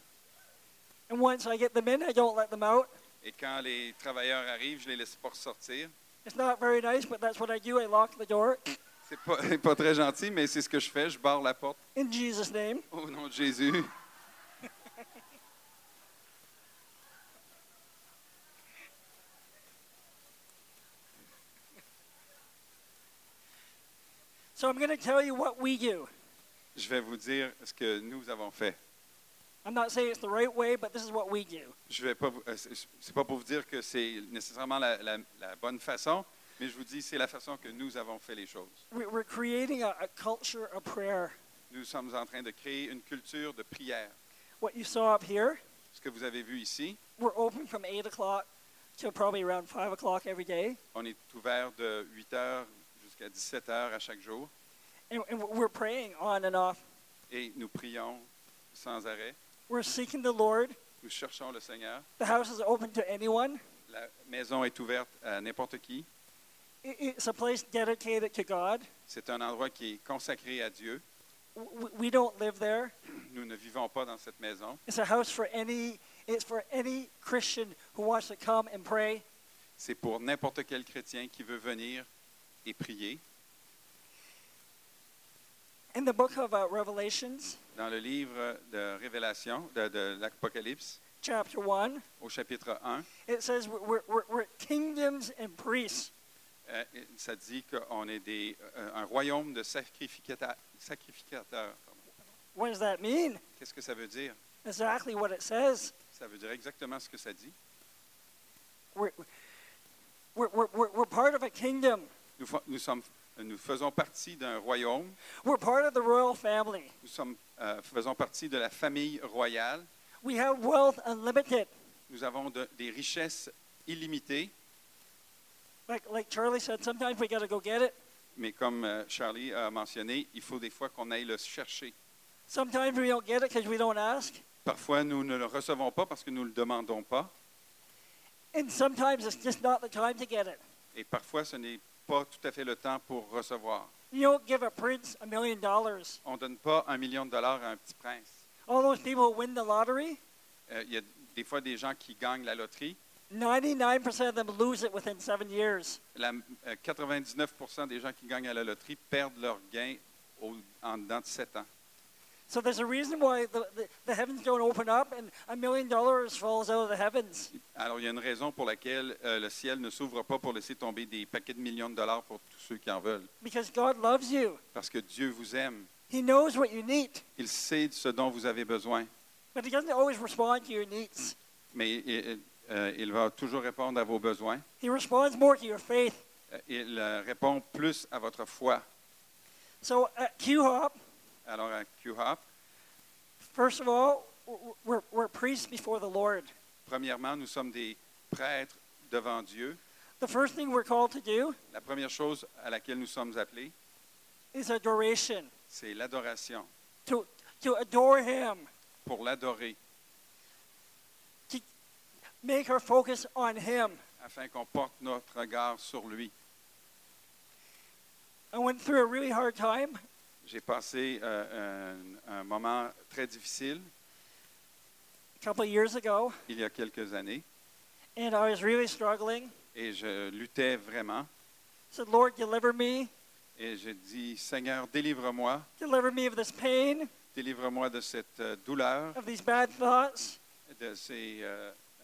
[SPEAKER 1] And once I get them in, I don't let them out.
[SPEAKER 2] Et quand les travailleurs arrivent, je les laisse pas ressortir.
[SPEAKER 1] It's not very nice, but that's what I do. I lock the door
[SPEAKER 2] C'est pas, c'est pas très gentil, mais c'est ce que je fais. Je barre la porte
[SPEAKER 1] in Jesus' name.
[SPEAKER 2] au nom de Jésus.
[SPEAKER 1] So I'm going to tell you what we do.
[SPEAKER 2] Je vais vous dire ce que nous avons fait.
[SPEAKER 1] I'm not saying it's the right way, but this is what we do.
[SPEAKER 2] Je vais pas, vous- euh, c'est c'est pas pour vous dire que c'est nécessairement la, la- la bonne façon, mais je vous dis c'est la façon que nous avons fait les choses.
[SPEAKER 1] We- We're creating a, a culture of prayer.
[SPEAKER 2] Nous sommes en train de créer une culture de prière.
[SPEAKER 1] What you saw up here,
[SPEAKER 2] Ce que vous avez vu ici,
[SPEAKER 1] we're open from 8 o'clock to probably around 5 o'clock every day.
[SPEAKER 2] on est ouvert de 8 heures jusqu'à 17 heures à chaque jour
[SPEAKER 1] And, and we're praying on and off.
[SPEAKER 2] et nous prions sans arrêt.
[SPEAKER 1] We're seeking the Lord.
[SPEAKER 2] Nous cherchons le Seigneur.
[SPEAKER 1] The house is open to anyone.
[SPEAKER 2] La maison est ouverte à n'importe qui.
[SPEAKER 1] I- It's a place dedicated to God.
[SPEAKER 2] C'est un endroit qui est consacré à Dieu.
[SPEAKER 1] W- We don't live there.
[SPEAKER 2] Nous ne vivons pas dans cette maison.
[SPEAKER 1] It's a house for any. It's for any Christian who wants to come and pray.
[SPEAKER 2] C'est pour n'importe quel chrétien qui veut venir et prier.
[SPEAKER 1] In the book of uh, Revelations,
[SPEAKER 2] Dans le livre de Révélation, de, de l'Apocalypse,
[SPEAKER 1] chapter one,
[SPEAKER 2] au chapitre 1,
[SPEAKER 1] it says we're, we're- we're, we're kingdoms and priests.
[SPEAKER 2] euh, ça dit qu'on est des, euh, un royaume de sacrificata- sacrificateurs. pardon.
[SPEAKER 1] What does that mean?
[SPEAKER 2] Qu'est-ce que ça veut dire?
[SPEAKER 1] Exactly what it says.
[SPEAKER 2] Ça veut dire exactement ce que ça dit.
[SPEAKER 1] We're, we're, we're, we're, we're part of a kingdom.
[SPEAKER 2] Nous, fa- nous sommes, nous faisons partie d'un royaume.
[SPEAKER 1] We're part of the royal family.
[SPEAKER 2] Nous sommes, euh, faisons partie de la famille royale.
[SPEAKER 1] We have wealth unlimited.
[SPEAKER 2] Nous avons de- des richesses illimitées.
[SPEAKER 1] Like, like Charlie said, sometimes we got to go get it.
[SPEAKER 2] Mais comme euh, Charlie a mentionné, il faut des fois qu'on aille le chercher.
[SPEAKER 1] Sometimes we don't get it because we don't ask,
[SPEAKER 2] Parfois, nous ne le recevons pas parce que nous ne le demandons pas.
[SPEAKER 1] and sometimes it's just not the time to get it.
[SPEAKER 2] Et parfois, ce n'est pas tout à fait le temps pour recevoir.
[SPEAKER 1] You don't give a prince a million dollars.
[SPEAKER 2] On ne donne pas un million de dollars à un petit prince.
[SPEAKER 1] All those people who win the lottery,
[SPEAKER 2] Euh, Il y a des fois des gens qui gagnent la loterie.
[SPEAKER 1] 99% of them lose it within seven years.
[SPEAKER 2] La- euh, 99 des gens qui gagnent à la loterie perdent leurs gains au- en dedans de 7 ans.
[SPEAKER 1] So there's a reason why the, the, the heavens don't open up and a million dollars falls out of the heavens.
[SPEAKER 2] Alors, il y a une raison pour laquelle euh, le ciel ne s'ouvre pas pour laisser tomber des paquets de millions de dollars pour tous ceux qui en veulent.
[SPEAKER 1] Because God loves you.
[SPEAKER 2] Parce que Dieu vous aime.
[SPEAKER 1] He knows what you need,
[SPEAKER 2] Il sait ce dont vous avez besoin.
[SPEAKER 1] but He doesn't always respond to your needs.
[SPEAKER 2] Mais euh, euh, il va toujours répondre à vos besoins.
[SPEAKER 1] He responds more to your faith.
[SPEAKER 2] Euh, Il euh, répond plus à votre foi.
[SPEAKER 1] So uh, at QHOP,
[SPEAKER 2] Alors, à QHOP,
[SPEAKER 1] first of all, w- we're, we're priests before the Lord.
[SPEAKER 2] premièrement, nous sommes des prêtres devant Dieu.
[SPEAKER 1] The first thing we're called to do
[SPEAKER 2] La première chose à laquelle nous sommes appelés,
[SPEAKER 1] is adoration,
[SPEAKER 2] c'est l'adoration,
[SPEAKER 1] to, to adore Him,
[SPEAKER 2] pour l'adorer,
[SPEAKER 1] make our focus on Him.
[SPEAKER 2] afin qu'on porte notre regard sur lui.
[SPEAKER 1] I went through a really hard time.
[SPEAKER 2] J'ai passé euh, un, un moment très difficile
[SPEAKER 1] a couple of years ago,
[SPEAKER 2] il y a quelques années
[SPEAKER 1] and I was really struggling.
[SPEAKER 2] et je luttais vraiment.
[SPEAKER 1] said, Lord, deliver me,
[SPEAKER 2] Et j'ai dit, Seigneur, délivre-moi,
[SPEAKER 1] deliver me of this pain,
[SPEAKER 2] délivre-moi de cette euh, douleur,
[SPEAKER 1] of these bad thoughts,
[SPEAKER 2] de ces, euh, euh,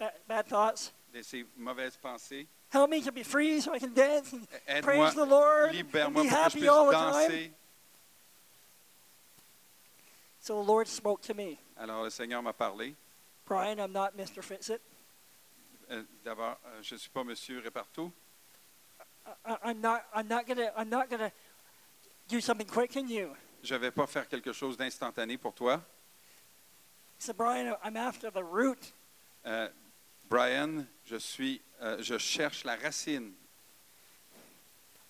[SPEAKER 1] ba- bad thoughts.
[SPEAKER 2] de ces mauvaises pensées.
[SPEAKER 1] Help me to be free so I can dance and
[SPEAKER 2] Aide-moi,
[SPEAKER 1] praise the Lord and
[SPEAKER 2] libère-moi pour
[SPEAKER 1] be
[SPEAKER 2] que je
[SPEAKER 1] happy
[SPEAKER 2] puisse
[SPEAKER 1] all the time.
[SPEAKER 2] danser.
[SPEAKER 1] So the Lord spoke to me.
[SPEAKER 2] Alors le Seigneur m'a parlé.
[SPEAKER 1] Brian, I'm not Mr. Fitsit.
[SPEAKER 2] Euh, D'abord, euh, je ne suis pas monsieur Répartout.
[SPEAKER 1] I, I'm not. I'm not gonna. I'm not gonna do something quick in you.
[SPEAKER 2] Je ne vais pas faire quelque chose d'instantané pour toi.
[SPEAKER 1] He said, Brian, I'm after the root.
[SPEAKER 2] Euh, Brian, je, suis, euh, je cherche la racine.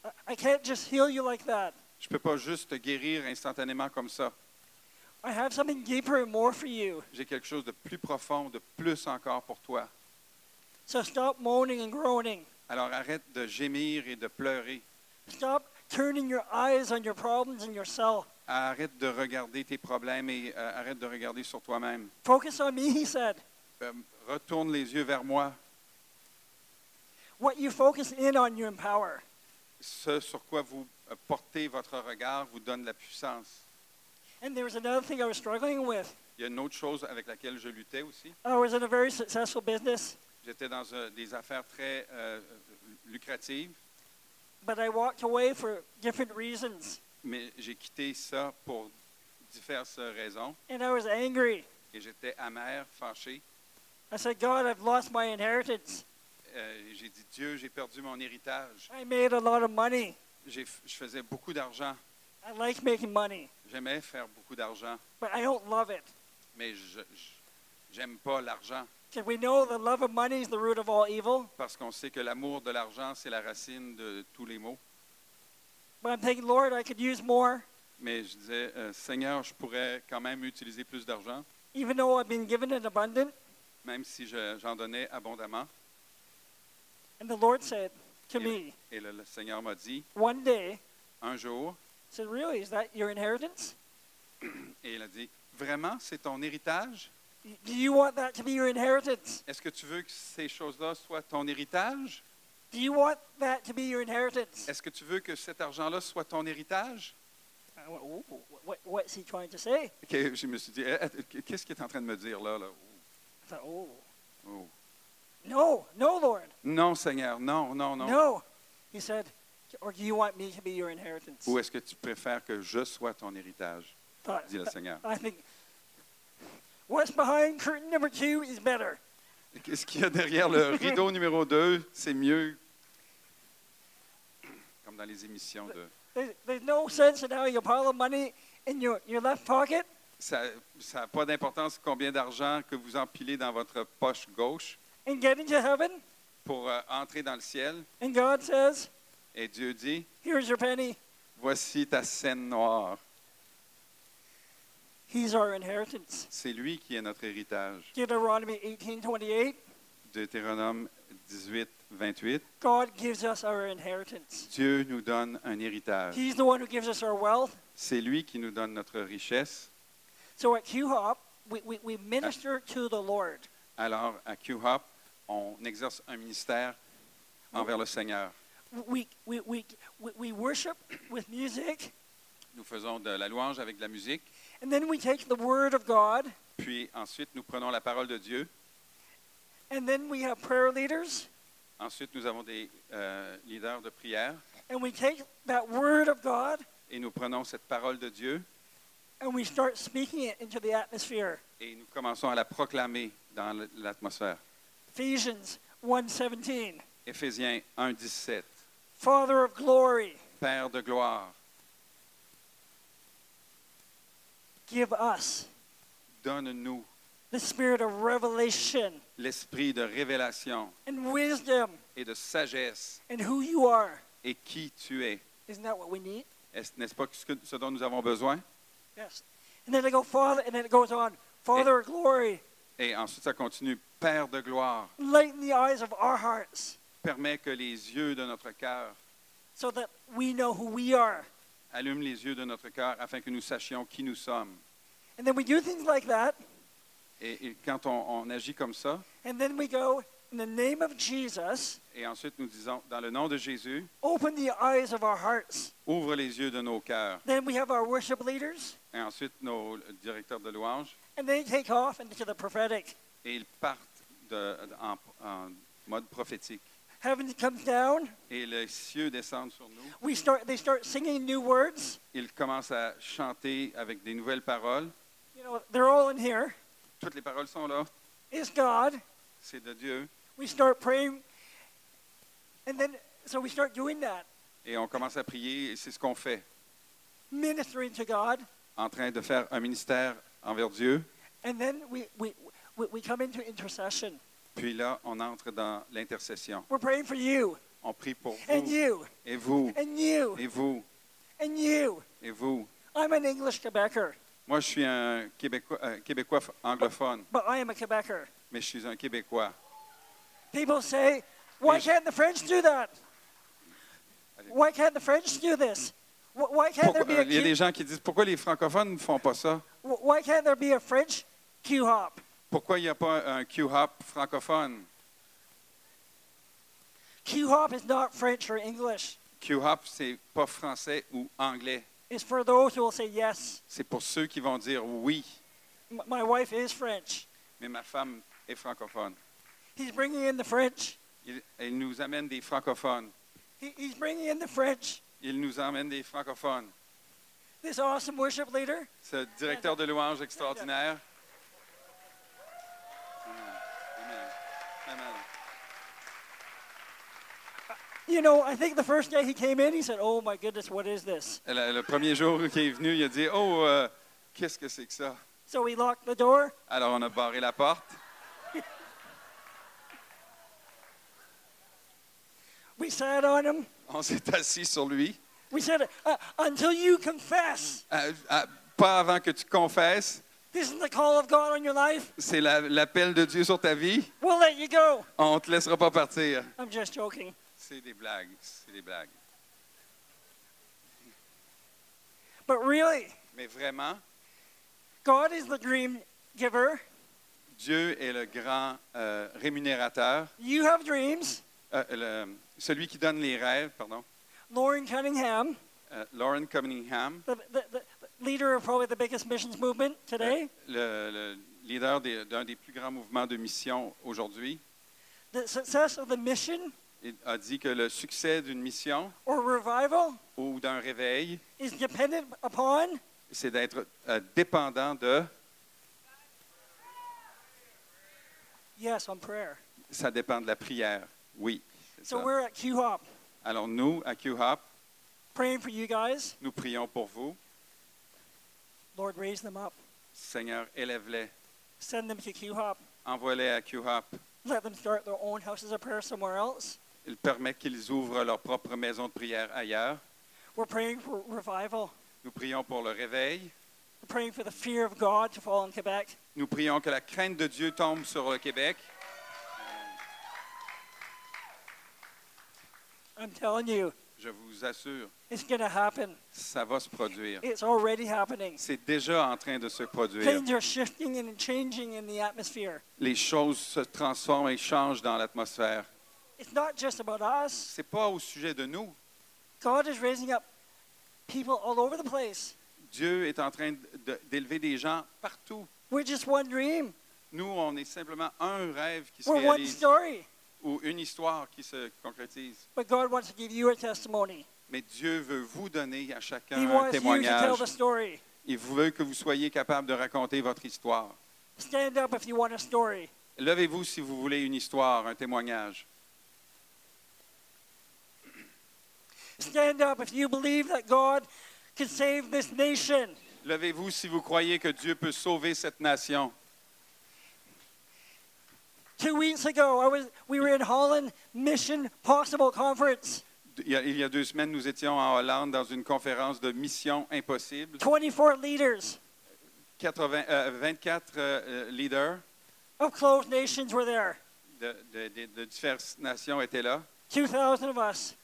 [SPEAKER 1] I, I can't just heal you like that.
[SPEAKER 2] Je ne peux pas juste te guérir instantanément comme ça.
[SPEAKER 1] I have something deeper and more for you.
[SPEAKER 2] J'ai quelque chose de plus profond, de plus encore pour toi.
[SPEAKER 1] So stop moaning and groaning.
[SPEAKER 2] Alors arrête de gémir et de pleurer.
[SPEAKER 1] Stop turning your eyes on your problems and yourself.
[SPEAKER 2] Arrête de regarder tes problèmes et euh, arrête de regarder sur toi-même.
[SPEAKER 1] Focus on me, he said.
[SPEAKER 2] Euh, retourne les yeux vers moi.
[SPEAKER 1] What you focus in on, you empower.
[SPEAKER 2] Ce sur quoi vous euh, portez votre regard vous donne la puissance.
[SPEAKER 1] And there was another thing I was struggling with.
[SPEAKER 2] Il y a une autre chose avec laquelle je luttais aussi.
[SPEAKER 1] I was in a very successful business,
[SPEAKER 2] J'étais dans euh, des affaires très euh, lucratives,
[SPEAKER 1] but I walked away for different reasons.
[SPEAKER 2] mais j'ai quitté ça pour diverses raisons
[SPEAKER 1] And I was angry.
[SPEAKER 2] et j'étais amer, fâché.
[SPEAKER 1] I said, God, I've lost my inheritance.
[SPEAKER 2] Euh, j'ai dit Dieu, j'ai perdu mon héritage.
[SPEAKER 1] I made a lot of money.
[SPEAKER 2] J'ai f- je faisais beaucoup d'argent.
[SPEAKER 1] I like making money,
[SPEAKER 2] J'aimais faire beaucoup d'argent,
[SPEAKER 1] but I don't love it.
[SPEAKER 2] mais je je- j'aime pas l'argent
[SPEAKER 1] Because we know the love of money is the root of all evil.
[SPEAKER 2] parce qu'on sait que l'amour de l'argent c'est la racine de tous les maux.
[SPEAKER 1] But I'm thinking, Lord, I could use more,
[SPEAKER 2] Mais je disais euh, Seigneur, je pourrais quand même utiliser plus d'argent,
[SPEAKER 1] even though I've been given it abundant.
[SPEAKER 2] même si je- j'en donnais abondamment.
[SPEAKER 1] And the Lord said to
[SPEAKER 2] Yeah.
[SPEAKER 1] me
[SPEAKER 2] Et le- le Seigneur m'a dit
[SPEAKER 1] one day,
[SPEAKER 2] un jour.
[SPEAKER 1] I said, Really, is that your inheritance?
[SPEAKER 2] Et il a dit, vraiment, c'est ton héritage?
[SPEAKER 1] Do you want that to be your inheritance?
[SPEAKER 2] Est-ce que tu veux que ces choses-là soient ton héritage?
[SPEAKER 1] Do you want that to be your inheritance?
[SPEAKER 2] Est-ce que tu veux que cet argent-là soit ton héritage?
[SPEAKER 1] I went, "Ooh, what, what's he trying to say?
[SPEAKER 2] Ok, je me suis dit, Eh, eh, qu'est-ce qu'il est en train de me dire là? là?
[SPEAKER 1] I thought, oh,
[SPEAKER 2] Oh, oh.
[SPEAKER 1] no, no, Lord,
[SPEAKER 2] Non, Seigneur, non, non,
[SPEAKER 1] no.
[SPEAKER 2] non.
[SPEAKER 1] He said, or do you want me to be your inheritance?
[SPEAKER 2] Ou est-ce que tu préfères que je sois ton héritage?
[SPEAKER 1] Thought-
[SPEAKER 2] Dit le Seigneur.
[SPEAKER 1] I think what's behind curtain number two is better.
[SPEAKER 2] Qu'est-ce qu'il y a derrière le rideau numéro 2? C'est mieux. Comme dans les émissions de.
[SPEAKER 1] There's, there's no sense in having a pile of money in your, your left pocket
[SPEAKER 2] Ça n'a pas d'importance combien d'argent que vous empilez dans votre poche gauche
[SPEAKER 1] and getting to heaven.
[SPEAKER 2] pour euh, entrer dans le ciel.
[SPEAKER 1] And God says,
[SPEAKER 2] Et Dieu dit,
[SPEAKER 1] Here's your penny.
[SPEAKER 2] voici ta scène noire.
[SPEAKER 1] He's our inheritance.
[SPEAKER 2] C'est lui qui est notre héritage.
[SPEAKER 1] Deuteronomy 18:28.
[SPEAKER 2] Deutéronome 18, 28.
[SPEAKER 1] God gives us our inheritance.
[SPEAKER 2] Dieu nous donne un héritage.
[SPEAKER 1] He's the one who gives us our wealth.
[SPEAKER 2] C'est lui qui nous donne notre richesse.
[SPEAKER 1] So at Q Hop, we, we, we minister to the Lord.
[SPEAKER 2] Alors, à Q-Hop, on exerce un ministère envers le Seigneur.
[SPEAKER 1] We, we, we, we, we worship with music,
[SPEAKER 2] Nous faisons de la louange avec de la musique,
[SPEAKER 1] and then we take the Word of God,
[SPEAKER 2] puis ensuite nous prenons la parole de Dieu,
[SPEAKER 1] and then we have prayer leaders,
[SPEAKER 2] ensuite nous avons des euh, leaders de prière,
[SPEAKER 1] and we take that Word of God
[SPEAKER 2] et nous prenons cette parole de Dieu
[SPEAKER 1] and we start speaking it into the atmosphere.
[SPEAKER 2] et nous commençons à la proclamer dans l- l'atmosphère.
[SPEAKER 1] Ephesians 1:17.
[SPEAKER 2] Éphésiens 1, 17.
[SPEAKER 1] Father of glory,
[SPEAKER 2] Père de gloire,
[SPEAKER 1] give us
[SPEAKER 2] donne-nous
[SPEAKER 1] the spirit of revelation
[SPEAKER 2] l'esprit de révélation
[SPEAKER 1] and wisdom
[SPEAKER 2] et de sagesse
[SPEAKER 1] and who you are.
[SPEAKER 2] et qui tu es.
[SPEAKER 1] Isn't that what we need?
[SPEAKER 2] Est-ce- N'est-ce pas ce, que- ce dont nous avons besoin?
[SPEAKER 1] Yes. And then they go, Father, and then it goes on, Father of glory,
[SPEAKER 2] Et ensuite, ça continue. Père de gloire,
[SPEAKER 1] lighten the eyes of our hearts
[SPEAKER 2] permets que les yeux de notre cœur,
[SPEAKER 1] so that we know who we are.
[SPEAKER 2] allume les yeux de notre cœur afin que nous sachions qui nous sommes.
[SPEAKER 1] And then we do things like that,
[SPEAKER 2] Et, et quand on, on agit comme ça,
[SPEAKER 1] and then we go, in the name of Jesus,
[SPEAKER 2] et ensuite nous disons, dans le nom de Jésus,
[SPEAKER 1] open the eyes of our hearts.
[SPEAKER 2] ouvre les yeux de nos cœurs.
[SPEAKER 1] Then we have our worship leaders,
[SPEAKER 2] Et ensuite, nos directeurs de louange,
[SPEAKER 1] and they take off into the prophetic.
[SPEAKER 2] et ils partent de- en- en mode prophétique.
[SPEAKER 1] Heaven comes down,
[SPEAKER 2] Et les cieux descendent sur nous.
[SPEAKER 1] we start, they start singing new words.
[SPEAKER 2] Ils commencent à chanter avec des nouvelles paroles.
[SPEAKER 1] You know, they're all in here.
[SPEAKER 2] Toutes les paroles sont là.
[SPEAKER 1] It's God.
[SPEAKER 2] C'est de Dieu.
[SPEAKER 1] We start praying, and then, so we start doing that.
[SPEAKER 2] Et on commence à prier, et c'est ce qu'on fait,
[SPEAKER 1] ministering to God,
[SPEAKER 2] en train de faire un ministère envers Dieu.
[SPEAKER 1] and then we, we, we, we come into intercession.
[SPEAKER 2] Puis là, on entre dans l'intercession.
[SPEAKER 1] We're praying for you,
[SPEAKER 2] On prie pour
[SPEAKER 1] and
[SPEAKER 2] vous,
[SPEAKER 1] you,
[SPEAKER 2] et vous,
[SPEAKER 1] and you,
[SPEAKER 2] et vous,
[SPEAKER 1] and you.
[SPEAKER 2] et vous.
[SPEAKER 1] I'm an English Quebecer,
[SPEAKER 2] Moi, je suis un Québécois, un Québécois f- anglophone,
[SPEAKER 1] but I am a Quebecer.
[SPEAKER 2] mais je suis un Québécois.
[SPEAKER 1] People say, why
[SPEAKER 2] Yes.
[SPEAKER 1] can't the French do that?
[SPEAKER 2] Allez.
[SPEAKER 1] Why can't the French do this? Wh- Why can't there
[SPEAKER 2] Pourquoi-
[SPEAKER 1] be a
[SPEAKER 2] il y a des
[SPEAKER 1] Q-
[SPEAKER 2] gens qui disent, pourquoi les francophones ne font pas ça?
[SPEAKER 1] wh- why can't there be a French Q hop?
[SPEAKER 2] Pourquoi il n'y a pas un Q-Hop francophone?
[SPEAKER 1] Q hop is not French or English.
[SPEAKER 2] Q-Hop, c'est pas français ou anglais.
[SPEAKER 1] It's for those who will say yes.
[SPEAKER 2] C'est pour ceux qui vont dire oui,
[SPEAKER 1] M- my wife is French.
[SPEAKER 2] mais ma femme est francophone.
[SPEAKER 1] He's bringing in the French.
[SPEAKER 2] Il, il nous amène des francophones.
[SPEAKER 1] He, he's bringing in the French.
[SPEAKER 2] Il nous emmène des francophones.
[SPEAKER 1] this awesome worship leader.
[SPEAKER 2] Ce directeur de louange extraordinaire. Amen. Amen. Amen.
[SPEAKER 1] You know, I think the first day he came in, he said, Oh my goodness, what is this?
[SPEAKER 2] Le, le premier jour qu'il est venu, il a dit Oh, euh, qu'est-ce que c'est que ça
[SPEAKER 1] So we locked the door.
[SPEAKER 2] Alors on a barré la porte.
[SPEAKER 1] We sat on him.
[SPEAKER 2] On s'est assis sur lui.
[SPEAKER 1] We said, uh, Until you confess,
[SPEAKER 2] À- à- Euh, pas avant que tu confesses.
[SPEAKER 1] this is the call of God on your life,
[SPEAKER 2] C'est la- l'appel de Dieu sur ta vie.
[SPEAKER 1] we'll let you go.
[SPEAKER 2] On te laissera pas partir.
[SPEAKER 1] I'm just joking.
[SPEAKER 2] C'est des blagues. C'est des blagues.
[SPEAKER 1] But really,
[SPEAKER 2] Mais vraiment,
[SPEAKER 1] God is the dream giver.
[SPEAKER 2] Dieu est le grand euh, rémunérateur,
[SPEAKER 1] You have dreams.
[SPEAKER 2] euh, le- celui qui donne les rêves, pardon.
[SPEAKER 1] Lauren Cunningham,
[SPEAKER 2] Euh, Lauren Cunningham,
[SPEAKER 1] the, the, the the leader of probably the biggest missions movement today,
[SPEAKER 2] euh, le, le leader des- d'un des plus grands mouvements de mission aujourd'hui,
[SPEAKER 1] the success of the mission
[SPEAKER 2] il a dit que le succès d'une mission
[SPEAKER 1] or revival
[SPEAKER 2] ou d'un réveil,
[SPEAKER 1] is dependent upon
[SPEAKER 2] c'est d'être euh, dépendant de,
[SPEAKER 1] Yes, on prayer.
[SPEAKER 2] ça dépend de la prière. Oui. c'est
[SPEAKER 1] So
[SPEAKER 2] ça.
[SPEAKER 1] we're at Q Hop
[SPEAKER 2] Alors nous, à Q-Hop,
[SPEAKER 1] praying for you guys.
[SPEAKER 2] nous prions pour vous.
[SPEAKER 1] Lord, raise them up.
[SPEAKER 2] Seigneur, élève-les.
[SPEAKER 1] Send them to Q Hop.
[SPEAKER 2] Envoie-les à Q-Hop.
[SPEAKER 1] Let them start their own houses of prayer somewhere else.
[SPEAKER 2] Il permet qu'ils ouvrent leur propre maison de prière ailleurs.
[SPEAKER 1] We're praying for revival.
[SPEAKER 2] Nous prions pour le réveil.
[SPEAKER 1] We're praying for the fear of God to fall in Quebec.
[SPEAKER 2] Nous prions que la crainte de Dieu tombe sur le Québec.
[SPEAKER 1] I'm telling you,
[SPEAKER 2] Je vous assure,
[SPEAKER 1] it's going to happen.
[SPEAKER 2] ça va se produire.
[SPEAKER 1] It's already happening.
[SPEAKER 2] C'est déjà en train de se produire.
[SPEAKER 1] Things are shifting and changing in the atmosphere.
[SPEAKER 2] Les choses se transforment et changent dans l'atmosphère.
[SPEAKER 1] It's not just about us.
[SPEAKER 2] C'est pas au sujet de nous.
[SPEAKER 1] God is raising up people all over the place.
[SPEAKER 2] Dieu est en train de- d'élever des gens partout.
[SPEAKER 1] We're just one dream.
[SPEAKER 2] Nous, on est simplement un rêve qui se
[SPEAKER 1] We're one
[SPEAKER 2] réalise
[SPEAKER 1] story.
[SPEAKER 2] ou une histoire qui se concrétise.
[SPEAKER 1] But God wants to give you a testimony.
[SPEAKER 2] Mais Dieu veut vous donner à
[SPEAKER 1] He
[SPEAKER 2] chacun un
[SPEAKER 1] wants you to tell
[SPEAKER 2] témoignage.
[SPEAKER 1] the story.
[SPEAKER 2] Il veut que vous soyez capable de raconter votre histoire.
[SPEAKER 1] Stand up if you want a story.
[SPEAKER 2] Levez-vous si vous voulez une histoire, un témoignage.
[SPEAKER 1] Stand up if you believe that God can save this nation.
[SPEAKER 2] Levez-vous si vous croyez que Dieu peut sauver cette nation.
[SPEAKER 1] Two weeks ago, I was, we were in Holland Mission Possible Conference.
[SPEAKER 2] Il y a, il y a deux semaines, nous étions en Hollande dans une conférence de Mission Impossible.
[SPEAKER 1] 24 leaders
[SPEAKER 2] 80, euh, 24 euh, euh, leaders
[SPEAKER 1] of closed nations were there.
[SPEAKER 2] de, de- de- de diverses nations étaient là.
[SPEAKER 1] 2,000 of us.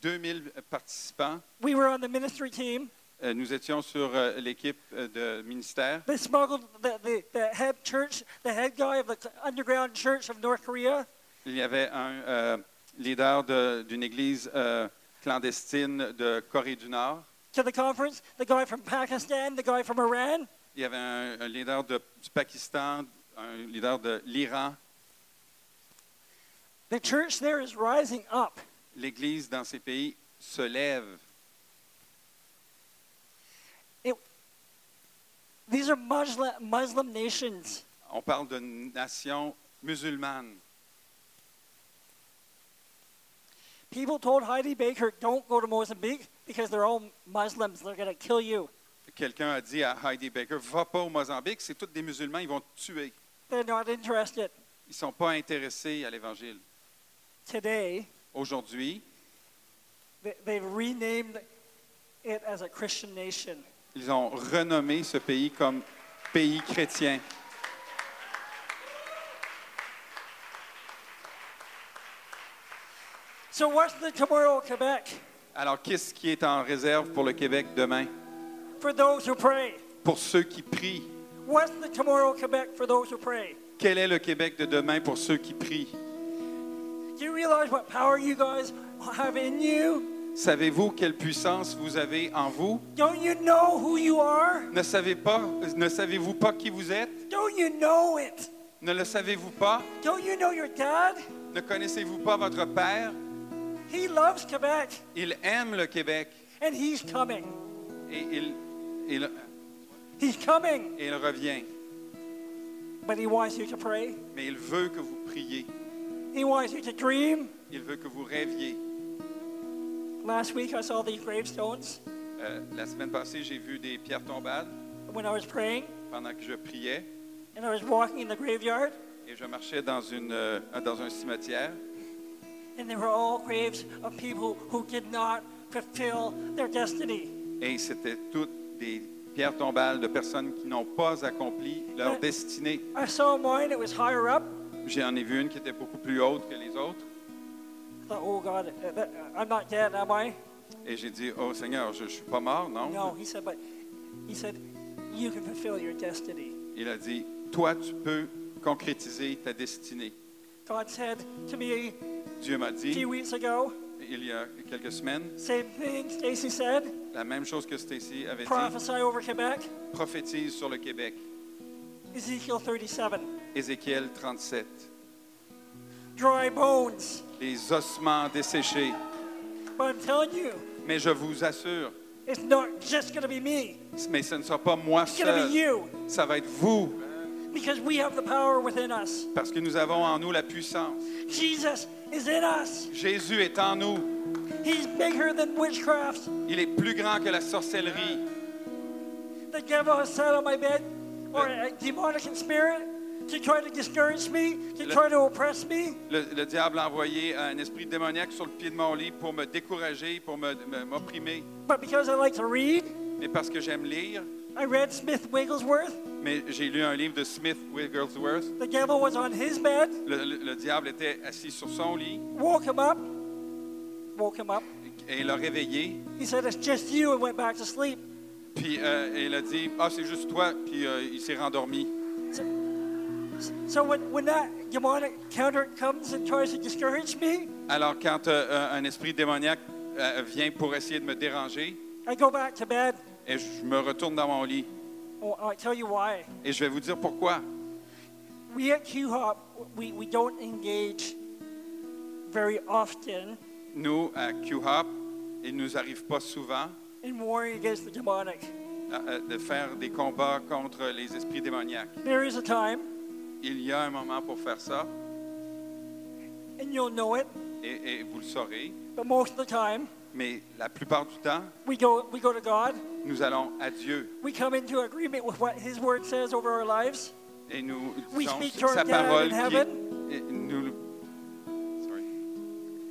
[SPEAKER 2] 2000 participants.
[SPEAKER 1] We were on the ministry team.
[SPEAKER 2] Euh, Nous étions sur euh, l'équipe euh, de ministère.
[SPEAKER 1] They smuggled the, the, the head church, the head guy of the underground church of North Korea.
[SPEAKER 2] Il y avait un euh, leader de- d'une église euh, clandestine de Corée du Nord.
[SPEAKER 1] to the conference, the guy from Pakistan, the guy from Iran.
[SPEAKER 2] Il y avait un, un leader de- du Pakistan, un leader de l'Iran.
[SPEAKER 1] The church there is rising up.
[SPEAKER 2] L'église dans ces pays se lève.
[SPEAKER 1] These are Muslim, Muslim nations.
[SPEAKER 2] On parle de nations musulmanes.
[SPEAKER 1] People told Heidi Baker, don't go to Mozambique because they're all Muslims. They're going to kill you.
[SPEAKER 2] Quelqu'un a dit à Heidi Baker, va pas au Mozambique, c'est tous des musulmans, ils vont te tuer.
[SPEAKER 1] They're not interested.
[SPEAKER 2] Ils ne sont pas intéressés à l'Évangile.
[SPEAKER 1] Today,
[SPEAKER 2] Aujourd'hui,
[SPEAKER 1] they- they've renamed it as a Christian nation.
[SPEAKER 2] ils ont renommé ce pays comme pays chrétien.
[SPEAKER 1] So, what's the tomorrow, Quebec,
[SPEAKER 2] Alors, qu'est-ce qui est en réserve pour le Québec demain?
[SPEAKER 1] for those who pray?
[SPEAKER 2] Pour ceux qui prient,
[SPEAKER 1] What's the tomorrow, Quebec, for those who pray?
[SPEAKER 2] quel est le Québec de demain pour ceux qui prient?
[SPEAKER 1] Do you realize what power you guys have in you?
[SPEAKER 2] Savez-vous quelle puissance vous avez en vous?
[SPEAKER 1] Don't you know who you are?
[SPEAKER 2] Ne savez pas, ne savez-vous pas qui vous êtes?
[SPEAKER 1] Don't you know it?
[SPEAKER 2] Ne le savez-vous pas?
[SPEAKER 1] Don't you know your dad?
[SPEAKER 2] Ne connaissez-vous pas votre Père?
[SPEAKER 1] He loves Quebec
[SPEAKER 2] Il aime le Québec
[SPEAKER 1] and he's coming.
[SPEAKER 2] et il, il-
[SPEAKER 1] He's coming,
[SPEAKER 2] il revient.
[SPEAKER 1] but he wants you to pray.
[SPEAKER 2] Mais il veut que vous priez.
[SPEAKER 1] He wants you to dream.
[SPEAKER 2] Il veut que vous rêviez.
[SPEAKER 1] Last week I saw these gravestones
[SPEAKER 2] Euh, la semaine passée, j'ai vu des pierres tombales
[SPEAKER 1] when I was praying
[SPEAKER 2] pendant que je priais
[SPEAKER 1] and I was walking in the graveyard
[SPEAKER 2] et je marchais dans, une, euh, dans un cimetière.
[SPEAKER 1] and they were all graves of people who did not fulfill their destiny.
[SPEAKER 2] Et c'était toutes des pierres tombales de personnes qui n'ont pas accompli leur
[SPEAKER 1] Ouais.
[SPEAKER 2] destinée.
[SPEAKER 1] I saw mine, it was higher up.
[SPEAKER 2] J'en ai vu une qui était beaucoup plus haute que les autres.
[SPEAKER 1] I thought, oh God, uh, that- I'm not dead, am I?
[SPEAKER 2] Et j'ai dit, oh Seigneur, je ne suis pas mort, non?
[SPEAKER 1] No, he said, but he said, you can fulfill your destiny.
[SPEAKER 2] Il a dit, toi, tu peux concrétiser ta destinée.
[SPEAKER 1] God said to me
[SPEAKER 2] Dieu m'a
[SPEAKER 1] a
[SPEAKER 2] dit,
[SPEAKER 1] few weeks ago,
[SPEAKER 2] il y a quelques semaines,
[SPEAKER 1] Same thing Stacy said.
[SPEAKER 2] la même chose que Stacy avait dit,
[SPEAKER 1] Prophesy over Quebec.
[SPEAKER 2] prophétise sur le Québec.
[SPEAKER 1] Ezekiel 37.
[SPEAKER 2] Ézéchiel 37.
[SPEAKER 1] Dry bones.
[SPEAKER 2] Les ossements desséchés.
[SPEAKER 1] But I'm telling you,
[SPEAKER 2] Mais je vous assure,
[SPEAKER 1] it's not just going to be me.
[SPEAKER 2] mais ce ne sera pas moi
[SPEAKER 1] It's going to
[SPEAKER 2] seul.
[SPEAKER 1] be you
[SPEAKER 2] Ça va être vous,
[SPEAKER 1] because we have the power within us.
[SPEAKER 2] parce que nous avons en nous la puissance.
[SPEAKER 1] Jesus is in us.
[SPEAKER 2] Jésus est en nous.
[SPEAKER 1] He's bigger than witchcraft.
[SPEAKER 2] Il est plus grand que la sorcellerie.
[SPEAKER 1] The devil has sat on my bed or a demonic spirit. to try to discourage me, to try to oppress me.
[SPEAKER 2] Le, le diable a envoyé un esprit démoniaque sur le pied de mon lit pour me décourager, pour me- me- m'opprimer.
[SPEAKER 1] But because I like to read,
[SPEAKER 2] Mais parce que j'aime lire,
[SPEAKER 1] I read Smith Wigglesworth.
[SPEAKER 2] mais j'ai lu un livre de Smith Wigglesworth.
[SPEAKER 1] The devil was on his bed,
[SPEAKER 2] Le, le- le diable était assis sur son lit
[SPEAKER 1] woke him up, woke him up.
[SPEAKER 2] et il l'a réveillé.
[SPEAKER 1] He said, It's just you, and went back to sleep.
[SPEAKER 2] Puis euh, il a dit Ah, c'est juste toi. Puis euh, il s'est rendormi.
[SPEAKER 1] So when, when that demonic counter comes and tries to discourage me,
[SPEAKER 2] Alors, quand euh, euh, un esprit démoniaque euh, vient pour essayer de me déranger,
[SPEAKER 1] I go back to bed.
[SPEAKER 2] et je me retourne dans mon lit.
[SPEAKER 1] Oh, I'll tell you why.
[SPEAKER 2] Et je vais vous dire pourquoi.
[SPEAKER 1] We at Q Hop, we, we don't engage very often
[SPEAKER 2] Nous, à Q-Hop, il ne nous arrive pas souvent
[SPEAKER 1] in warring against the demonic.
[SPEAKER 2] euh, de faire des combats contre les esprits démoniaques.
[SPEAKER 1] There is a time,
[SPEAKER 2] Il y a un moment pour faire ça,
[SPEAKER 1] and you'll know it,
[SPEAKER 2] et, et vous le saurez,
[SPEAKER 1] but most of the time,
[SPEAKER 2] mais la plupart du temps,
[SPEAKER 1] we go, we go to God.
[SPEAKER 2] nous allons à Dieu
[SPEAKER 1] We come into agreement with what His Word says over our lives.
[SPEAKER 2] et nous
[SPEAKER 1] We
[SPEAKER 2] disons
[SPEAKER 1] speak to our
[SPEAKER 2] sa
[SPEAKER 1] Dad
[SPEAKER 2] parole
[SPEAKER 1] in
[SPEAKER 2] qui est- et nous, Sorry.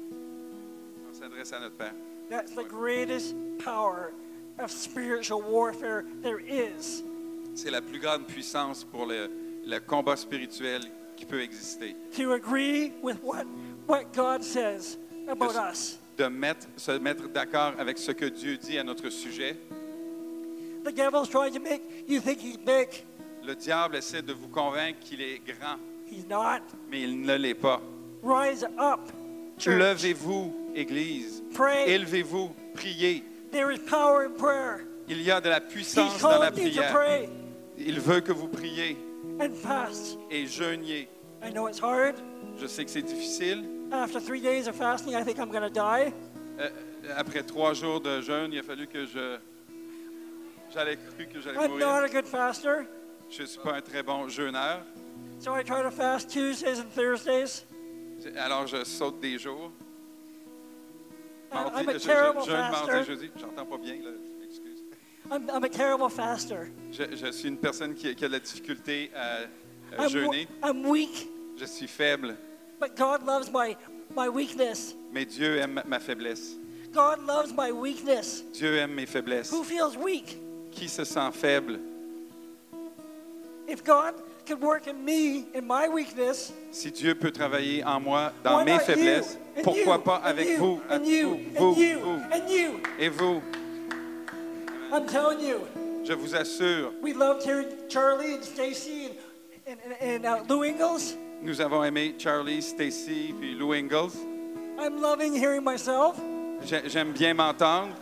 [SPEAKER 2] on s'adresse à notre Père.
[SPEAKER 1] That's the greatest power of spiritual warfare there is.
[SPEAKER 2] C'est la plus grande puissance pour le- le combat spirituel qui peut exister.
[SPEAKER 1] To agree with what, what God says about
[SPEAKER 2] Yes.
[SPEAKER 1] us.
[SPEAKER 2] de mettre- se mettre d'accord avec ce que Dieu dit à notre sujet.
[SPEAKER 1] The devil's trying to make you think he's big.
[SPEAKER 2] Le diable essaie de vous convaincre qu'il est grand,
[SPEAKER 1] He's not.
[SPEAKER 2] mais il ne l'est pas.
[SPEAKER 1] Rise up, church.
[SPEAKER 2] Levez-vous, Église.
[SPEAKER 1] Pray.
[SPEAKER 2] Élevez-vous, priez.
[SPEAKER 1] There is power in prayer.
[SPEAKER 2] Il y a de la
[SPEAKER 1] He's
[SPEAKER 2] puissance dans la
[SPEAKER 1] called you to
[SPEAKER 2] prière.
[SPEAKER 1] pray
[SPEAKER 2] Il veut que vous priez
[SPEAKER 1] and fast.
[SPEAKER 2] et jeûniez.
[SPEAKER 1] I know it's hard.
[SPEAKER 2] Je sais que c'est difficile.
[SPEAKER 1] After three days of fasting, I think I'm going to die.
[SPEAKER 2] Euh, après trois jours de jeûne, il a fallu que je... J'allais cru que j'allais
[SPEAKER 1] I'm not
[SPEAKER 2] mourir.
[SPEAKER 1] a good faster,
[SPEAKER 2] Je ne suis pas un très bon jeûneur.
[SPEAKER 1] so I try to fast Tuesdays and Thursdays.
[SPEAKER 2] Alors, je saute des jours.
[SPEAKER 1] I- Uh, I'm
[SPEAKER 2] Mardi,
[SPEAKER 1] a
[SPEAKER 2] je, je-
[SPEAKER 1] terrible
[SPEAKER 2] jeûne, mardi,
[SPEAKER 1] faster.
[SPEAKER 2] jeudi. J'entends pas bien, là. Je m'excuse.
[SPEAKER 1] I'm, I'm a terrible faster.
[SPEAKER 2] Je, je suis une personne qui, qui a de la difficulté à, à
[SPEAKER 1] I'm,
[SPEAKER 2] jeûner.
[SPEAKER 1] w- I'm weak,
[SPEAKER 2] Je suis faible,
[SPEAKER 1] but God loves my, my weakness.
[SPEAKER 2] mais Dieu aime ma- ma faiblesse.
[SPEAKER 1] God loves my weakness.
[SPEAKER 2] Dieu aime mes faiblesses.
[SPEAKER 1] Who feels weak?
[SPEAKER 2] Qui se sent faible?
[SPEAKER 1] If God could work in me, in my weakness,
[SPEAKER 2] Si Dieu peut travailler en moi, dans
[SPEAKER 1] why
[SPEAKER 2] mes
[SPEAKER 1] not you?
[SPEAKER 2] faiblesses,
[SPEAKER 1] And
[SPEAKER 2] pourquoi
[SPEAKER 1] you,
[SPEAKER 2] pas
[SPEAKER 1] and
[SPEAKER 2] avec
[SPEAKER 1] you,
[SPEAKER 2] vous, à
[SPEAKER 1] and you,
[SPEAKER 2] vous,
[SPEAKER 1] and you,
[SPEAKER 2] vous, vous
[SPEAKER 1] and you.
[SPEAKER 2] et vous?
[SPEAKER 1] I'm telling you,
[SPEAKER 2] Je vous assure,
[SPEAKER 1] we loved hearing Charlie and Stacy and, and, and, and uh, Lou Ingalls.
[SPEAKER 2] nous avons aimé Charlie, Stacy puis Lou Ingalls.
[SPEAKER 1] I'm loving hearing myself.
[SPEAKER 2] J'ai- J'aime bien m'entendre,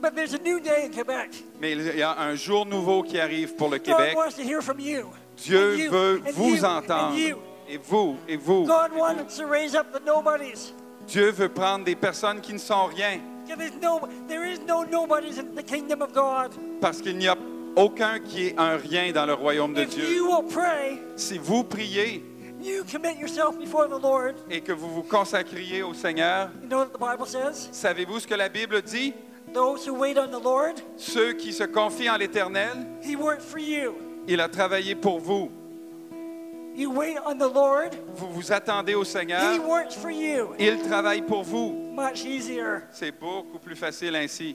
[SPEAKER 1] But there's a new day in Quebec.
[SPEAKER 2] mais il y a un jour nouveau qui arrive pour le
[SPEAKER 1] God
[SPEAKER 2] Québec.
[SPEAKER 1] wants to hear from you.
[SPEAKER 2] Dieu
[SPEAKER 1] And you,
[SPEAKER 2] veut
[SPEAKER 1] and
[SPEAKER 2] vous
[SPEAKER 1] you,
[SPEAKER 2] entendre.
[SPEAKER 1] and you.
[SPEAKER 2] Et vous, et vous.
[SPEAKER 1] God wants to raise up the nobodies.
[SPEAKER 2] Dieu veut prendre des personnes qui ne sont rien
[SPEAKER 1] Yeah, There's no, there is no nobodies in the kingdom of God.
[SPEAKER 2] parce qu'il n'y a aucun qui est un rien dans le royaume de
[SPEAKER 1] If
[SPEAKER 2] Dieu.
[SPEAKER 1] you will pray,
[SPEAKER 2] Si vous priez
[SPEAKER 1] you commit yourself before the Lord.
[SPEAKER 2] et que vous vous consacriez au Seigneur,
[SPEAKER 1] You know what the Bible says?
[SPEAKER 2] savez-vous ce que la Bible dit?
[SPEAKER 1] Those who wait on the Lord,
[SPEAKER 2] Ceux qui se confient en l'Éternel,
[SPEAKER 1] He worked for you.
[SPEAKER 2] il a travaillé pour vous.
[SPEAKER 1] You wait on the Lord,
[SPEAKER 2] Vous vous attendez au
[SPEAKER 1] He
[SPEAKER 2] Seigneur,
[SPEAKER 1] works for you.
[SPEAKER 2] il travaille pour vous.
[SPEAKER 1] Much easier.
[SPEAKER 2] C'est beaucoup plus facile ainsi.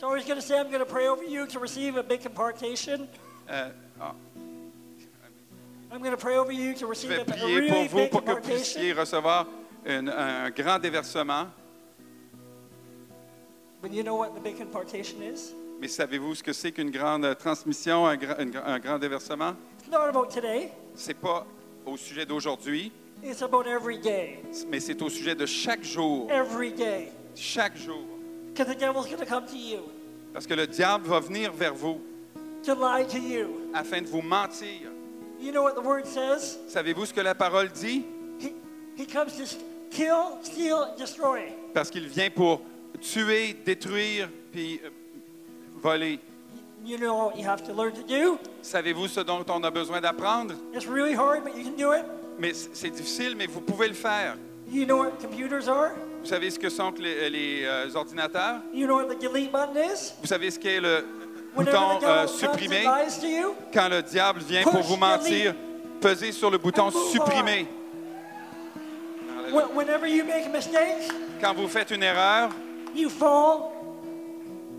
[SPEAKER 1] So I was going to say, I'm going to pray over you to receive a big impartation.
[SPEAKER 2] Euh, ah,
[SPEAKER 1] I'm going to pray over you to
[SPEAKER 2] je
[SPEAKER 1] receive
[SPEAKER 2] vais
[SPEAKER 1] a, a
[SPEAKER 2] prier pour
[SPEAKER 1] really
[SPEAKER 2] vous
[SPEAKER 1] big
[SPEAKER 2] pour que vous
[SPEAKER 1] impartation.
[SPEAKER 2] puissiez recevoir une- un grand déversement.
[SPEAKER 1] But you know what the big impartation is?
[SPEAKER 2] Mais savez-vous ce que c'est qu'une grande transmission, un, gra- une- un grand déversement?
[SPEAKER 1] It's not about today.
[SPEAKER 2] C'est pas au sujet d'aujourd'hui,
[SPEAKER 1] It's about every day.
[SPEAKER 2] mais c'est au sujet de chaque jour.
[SPEAKER 1] Every day.
[SPEAKER 2] Chaque jour.
[SPEAKER 1] Because the devil's going to come to you
[SPEAKER 2] Parce que le diable va venir vers vous
[SPEAKER 1] to lie to you.
[SPEAKER 2] afin de vous mentir.
[SPEAKER 1] You know what the word says?
[SPEAKER 2] Savez-vous ce que la parole dit?
[SPEAKER 1] He, he comes to s- kill, steal, and destroy.
[SPEAKER 2] Parce qu'il vient pour tuer, détruire, puis euh, voler.
[SPEAKER 1] You know what you have to learn to do?
[SPEAKER 2] Savez-vous ce dont on a besoin d'apprendre?
[SPEAKER 1] It's really hard, but you can do it.
[SPEAKER 2] Mais c- c'est difficile, mais vous pouvez le faire.
[SPEAKER 1] You know what computers are?
[SPEAKER 2] Vous savez ce que sont que les, les, euh, ordinateurs?
[SPEAKER 1] You know what the delete button is?
[SPEAKER 2] Vous savez ce qu'est le
[SPEAKER 1] Whenever the
[SPEAKER 2] bouton euh,
[SPEAKER 1] devil comes and
[SPEAKER 2] supprimer?
[SPEAKER 1] lies to you,
[SPEAKER 2] Quand le diable vient pour
[SPEAKER 1] Push
[SPEAKER 2] vous mentir, pesez sur le bouton
[SPEAKER 1] And move
[SPEAKER 2] supprimer.
[SPEAKER 1] wh- whenever you make a mistake,
[SPEAKER 2] Quand vous faites une erreur,
[SPEAKER 1] you fall,